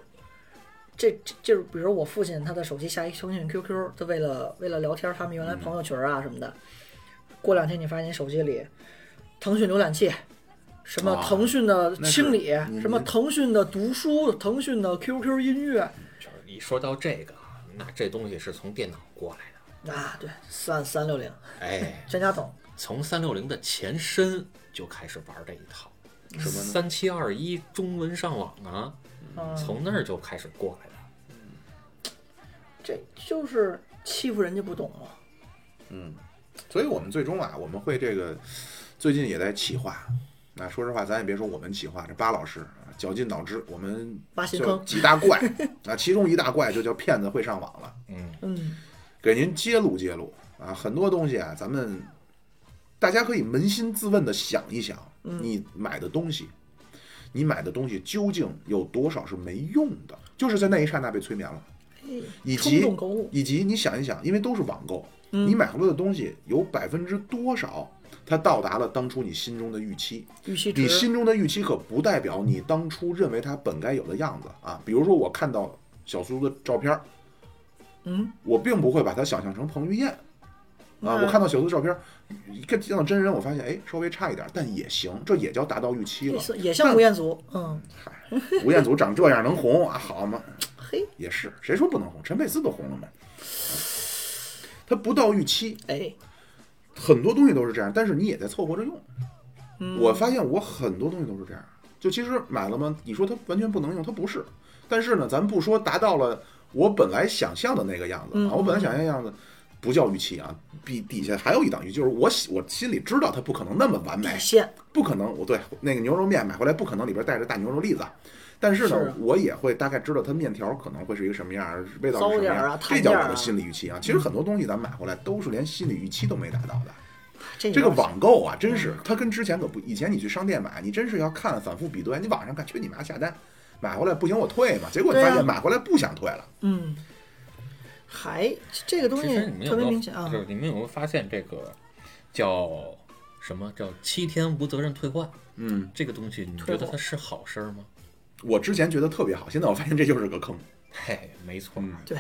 Speaker 6: 这这就是比如我父亲他的手机下一腾讯 QQ，他为了为了聊天，他们
Speaker 4: 嗯
Speaker 6: 原来朋友圈啊什么的，过两天你发现你手机里腾讯浏览器。什么
Speaker 4: 啊
Speaker 6: 腾讯的
Speaker 4: 那是
Speaker 6: 清理，
Speaker 4: 你
Speaker 6: 什么
Speaker 4: 你
Speaker 6: 腾讯的读书，腾讯的 QQ 音乐，
Speaker 7: 就是一说到这个，
Speaker 5: 啊
Speaker 7: 那这东西是从电脑过来的，
Speaker 6: 啊，对，三三六零
Speaker 7: 哎，
Speaker 6: 全家桶，
Speaker 7: 从三六零的前身就开始玩这一
Speaker 6: [LAUGHS]
Speaker 7: 套，
Speaker 4: 什么呢？
Speaker 7: 三七二一中文上网啊，
Speaker 4: 嗯
Speaker 6: 啊，
Speaker 7: 从那儿就开始过来的。
Speaker 6: 这就是欺负人家不懂嘛。
Speaker 4: 嗯，所以我们最终啊，我们会这个最近也在企划。那说实话，咱也别说我们企划，这巴老师啊绞尽脑汁，我们
Speaker 6: 挖心
Speaker 4: 就
Speaker 6: 坑
Speaker 4: 几大
Speaker 6: [LAUGHS]
Speaker 4: 怪啊，其中一大怪就叫骗子会上网了。
Speaker 7: 嗯，
Speaker 6: 嗯，
Speaker 4: 给您揭露揭露啊，很多东西啊，咱们大家可以扪心自问的想一想，
Speaker 6: 嗯
Speaker 4: 你买的东西，你买的东西究竟有多少是没用的？就是在那一刹那被催眠了，以
Speaker 6: 哎冲
Speaker 4: 及
Speaker 6: 动购物，嗯
Speaker 4: 以及你想一想，因为都是网购，你买回来的东西有百分之多少，它到达了当初你心中的预期？
Speaker 6: 预期值，
Speaker 4: 你心中的预期可不代表你当初认为它本该有的样子啊。比如说，我看到小苏的照片儿，
Speaker 6: 嗯，
Speaker 4: 我并不会把它想象成彭于晏啊。
Speaker 6: 嗯
Speaker 4: 我看到小苏的照片儿，一看见到真人，我发现哎，稍微差一点儿，但也行，这也叫达到预期
Speaker 6: 也
Speaker 4: 了。
Speaker 6: 是也像吴彦祖，嗯，
Speaker 4: 嗨，吴彦祖长这样能红啊？好嘛，
Speaker 6: 嘿，
Speaker 4: 也是，谁说不能红？陈佩斯都红了嘛。他不到预期，
Speaker 6: 哎，
Speaker 4: 很多东西都是这样，但是你也在凑合着用。
Speaker 6: 嗯
Speaker 4: 我发现我很多东西都是这样，就其实买了吗？你说它完全不能用，它不是。但是呢，咱不说达到了我本来想象的那个样子
Speaker 6: 嗯
Speaker 4: 啊，我本来想象的样子不叫预期啊，比底下还有一档预期，就是我喜我心里知道它不可能那么完美
Speaker 6: 底，线，
Speaker 4: 不可能。我对那个牛肉面买回来不可能里边带着大牛肉粒子。但是呢，
Speaker 6: 是
Speaker 4: 我也会大概知道它面条可能会是一个什么样儿，味道是
Speaker 6: 糟
Speaker 4: 什么
Speaker 6: 点
Speaker 4: 样
Speaker 6: 儿
Speaker 4: 儿，
Speaker 6: 啊
Speaker 4: 这
Speaker 6: 摊
Speaker 4: 叫
Speaker 6: 点儿
Speaker 4: 什么
Speaker 6: 啊
Speaker 4: 心理预期啊？其实很多东西咱买回来都是连心理预期都没达到的。
Speaker 6: 这
Speaker 4: 这个
Speaker 6: 要嗯
Speaker 4: 网购啊，真是它跟之前可不，以前你去商店买，你真是要看反复比对，你网上看去你妈下单，买回来不行我退嘛，结果你
Speaker 6: 对啊
Speaker 4: 发现买回来不想退了，
Speaker 6: 嗯，还这个东
Speaker 5: 其
Speaker 6: 西
Speaker 5: 实你们有
Speaker 6: 特
Speaker 5: 没
Speaker 6: 别
Speaker 5: 有
Speaker 6: 明显啊
Speaker 5: 就，是你们有没有发现这个叫什么叫七天无责任退换？
Speaker 4: 嗯，
Speaker 5: 这个东西你觉
Speaker 6: 退
Speaker 5: 得
Speaker 6: 货
Speaker 5: 它是好事儿吗？
Speaker 4: 我之前觉得特别好，现在我发现这就是个坑，
Speaker 5: 嘿，没错，
Speaker 4: 嗯
Speaker 6: 对，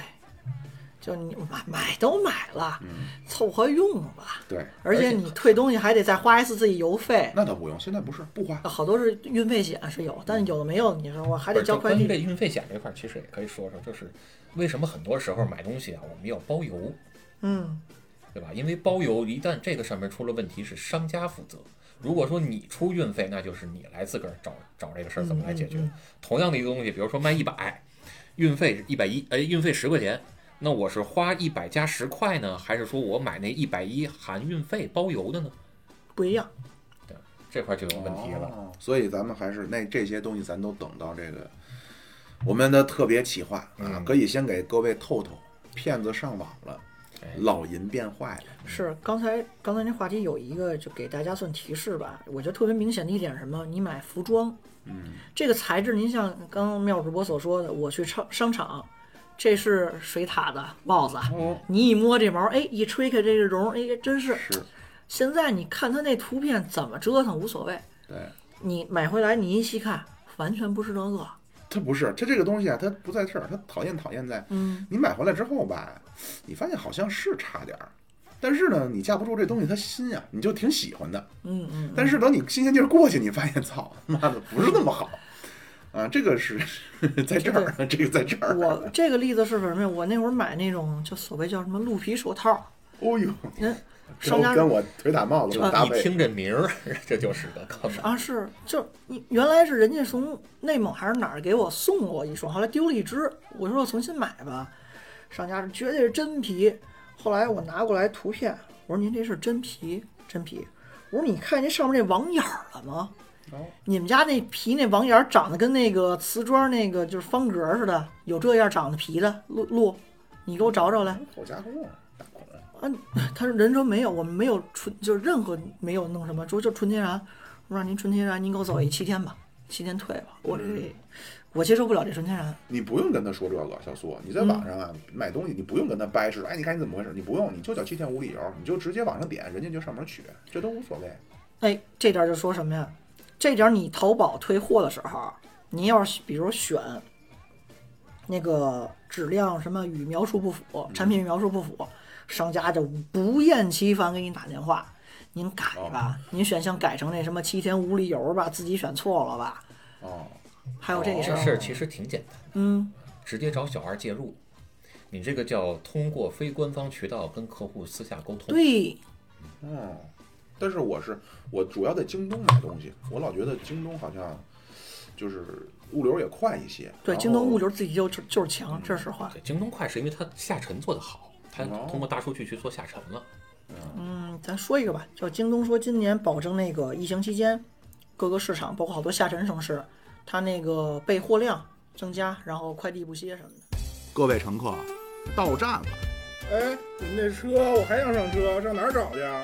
Speaker 6: 就你买买都买了，
Speaker 5: 嗯
Speaker 6: 凑合用吧。
Speaker 4: 对，
Speaker 6: 而且你退东西还得再花一次自己邮费，
Speaker 4: 那倒不用，现在不是不花，
Speaker 6: 好多是运费险是有，但是有的没有，你说我还
Speaker 5: 嗯不
Speaker 6: 得
Speaker 5: 是
Speaker 6: 交
Speaker 5: 就
Speaker 6: 快
Speaker 5: 关于这
Speaker 6: 递。
Speaker 5: 运费险这块，儿，其实也可以说说，就是为什么很多时候买东西啊，我们要包邮，
Speaker 6: 嗯，
Speaker 5: 对吧？因为包邮一旦这个上面出了问题，是商家负责。如果说你出运费，那就是你来自个儿找找这个事儿怎么来解决。
Speaker 6: 嗯嗯
Speaker 5: 同样的一个东西，比如说卖一百，运费一百一，哎，运费十块钱，那我是花一百加十块呢，还是说我买那一百一含运费包邮的呢？
Speaker 6: 不一样。
Speaker 5: 这块就有问题了。
Speaker 4: 哦所以咱们还是那这些东西，咱都等到这个我们的特别企划啊
Speaker 5: 嗯，
Speaker 4: 可以先给各位透透，骗子上网了
Speaker 5: 哎，
Speaker 4: 老银变坏了，
Speaker 6: 是刚才刚才那话题有一个，就给大家算提示吧。我觉得特别明显的一点是什么？你买服装，嗯，这个材质，您像刚刚妙主播所说的，我去商商场，这是水獭的帽子，
Speaker 4: 哦
Speaker 6: 你一摸这毛，哎，一吹开这个绒，哎，真是。
Speaker 4: 是
Speaker 6: 现在你看它那图片怎么折腾无所谓，
Speaker 4: 对。
Speaker 6: 你买回来你一细看，完全不是那个。
Speaker 4: 它不是，它这个东西啊，它不在这儿，它讨厌讨厌在，
Speaker 6: 嗯，
Speaker 4: 你买回来之后吧，你发现好像是差点儿，但是呢，你架不住这东西它新呀、你就挺喜欢的，
Speaker 6: 嗯嗯，
Speaker 4: 但是等你新鲜劲儿过去，你发现操，妈的不是那么好，啊，这个是在这儿，这个在这儿，
Speaker 6: 我这个例子是什么呀？我那会儿买那种就所谓叫什么鹿皮手套，
Speaker 4: 哦呦，
Speaker 6: 人商
Speaker 4: 跟
Speaker 6: 家
Speaker 4: 我跟我腿打帽子
Speaker 6: 啊
Speaker 4: 搭
Speaker 5: 一
Speaker 4: 配，
Speaker 5: 听这名儿， [LAUGHS] 这就是个坑。
Speaker 6: 啊，是，就是你原来是人家从内蒙还是哪儿给我送过一双，后来丢了一只，我说我重新买吧，商家说绝对是真皮，后来我拿过来图片，我说您这是真皮，真皮，我说你看这上面这网眼儿了吗？
Speaker 4: 哦
Speaker 6: 你们家那皮那网眼儿长得跟那个瓷砖那个就是方格似的，有这样长的皮的鹿鹿，你给我找找来。
Speaker 4: 后加工啊，大款
Speaker 6: 啊，他说人说没有，我们没有纯，就是任何没有弄什么，说就纯天然。我让您纯天然，您给我走一七天吧，七天退吧。我这我接受不了这纯天然。
Speaker 4: 你不用跟他说这个，小苏，你在网上啊、买东西，你不用跟他掰扯，哎，你看你怎么回事？你不用，你就叫七天无理由，你就直接网上点，人家就上门取，这都无所谓。
Speaker 6: 哎，这点儿就说什么呀？这点儿你淘宝退货的时候，您要是比如选那个质量什么与描述不符，产品与描述不符，商家就不厌其烦给你打电话，您改吧，您选项改成那什么七天无理由吧，自己选错了吧，
Speaker 4: 哦，
Speaker 6: 还有这事
Speaker 5: 这
Speaker 6: 儿，哦
Speaker 5: 事儿其实挺简单的，
Speaker 6: 嗯。
Speaker 5: 直接找小孩介入。你这个叫通过非官方渠道跟客户私下沟通。
Speaker 6: 对，
Speaker 4: 哦，但是我是我主要在京东买东西，我老觉得京东好像就是物流也快一些。
Speaker 6: 对，
Speaker 4: 然后嗯
Speaker 6: 京东物流自己就就是强，这是实话。
Speaker 5: 对，京东快是因为它下沉做得好，它
Speaker 4: 哦
Speaker 5: 通过大数据去做下沉了。
Speaker 6: 嗯，咱说一个吧，叫京东说今年保证那个疫情期间，各个市场包括好多下沉城市，它那个备货量增加，然后快递不歇什么的。
Speaker 1: 各位乘客，到站了，
Speaker 3: 哎，你们这车我还想上车，上哪儿找去啊？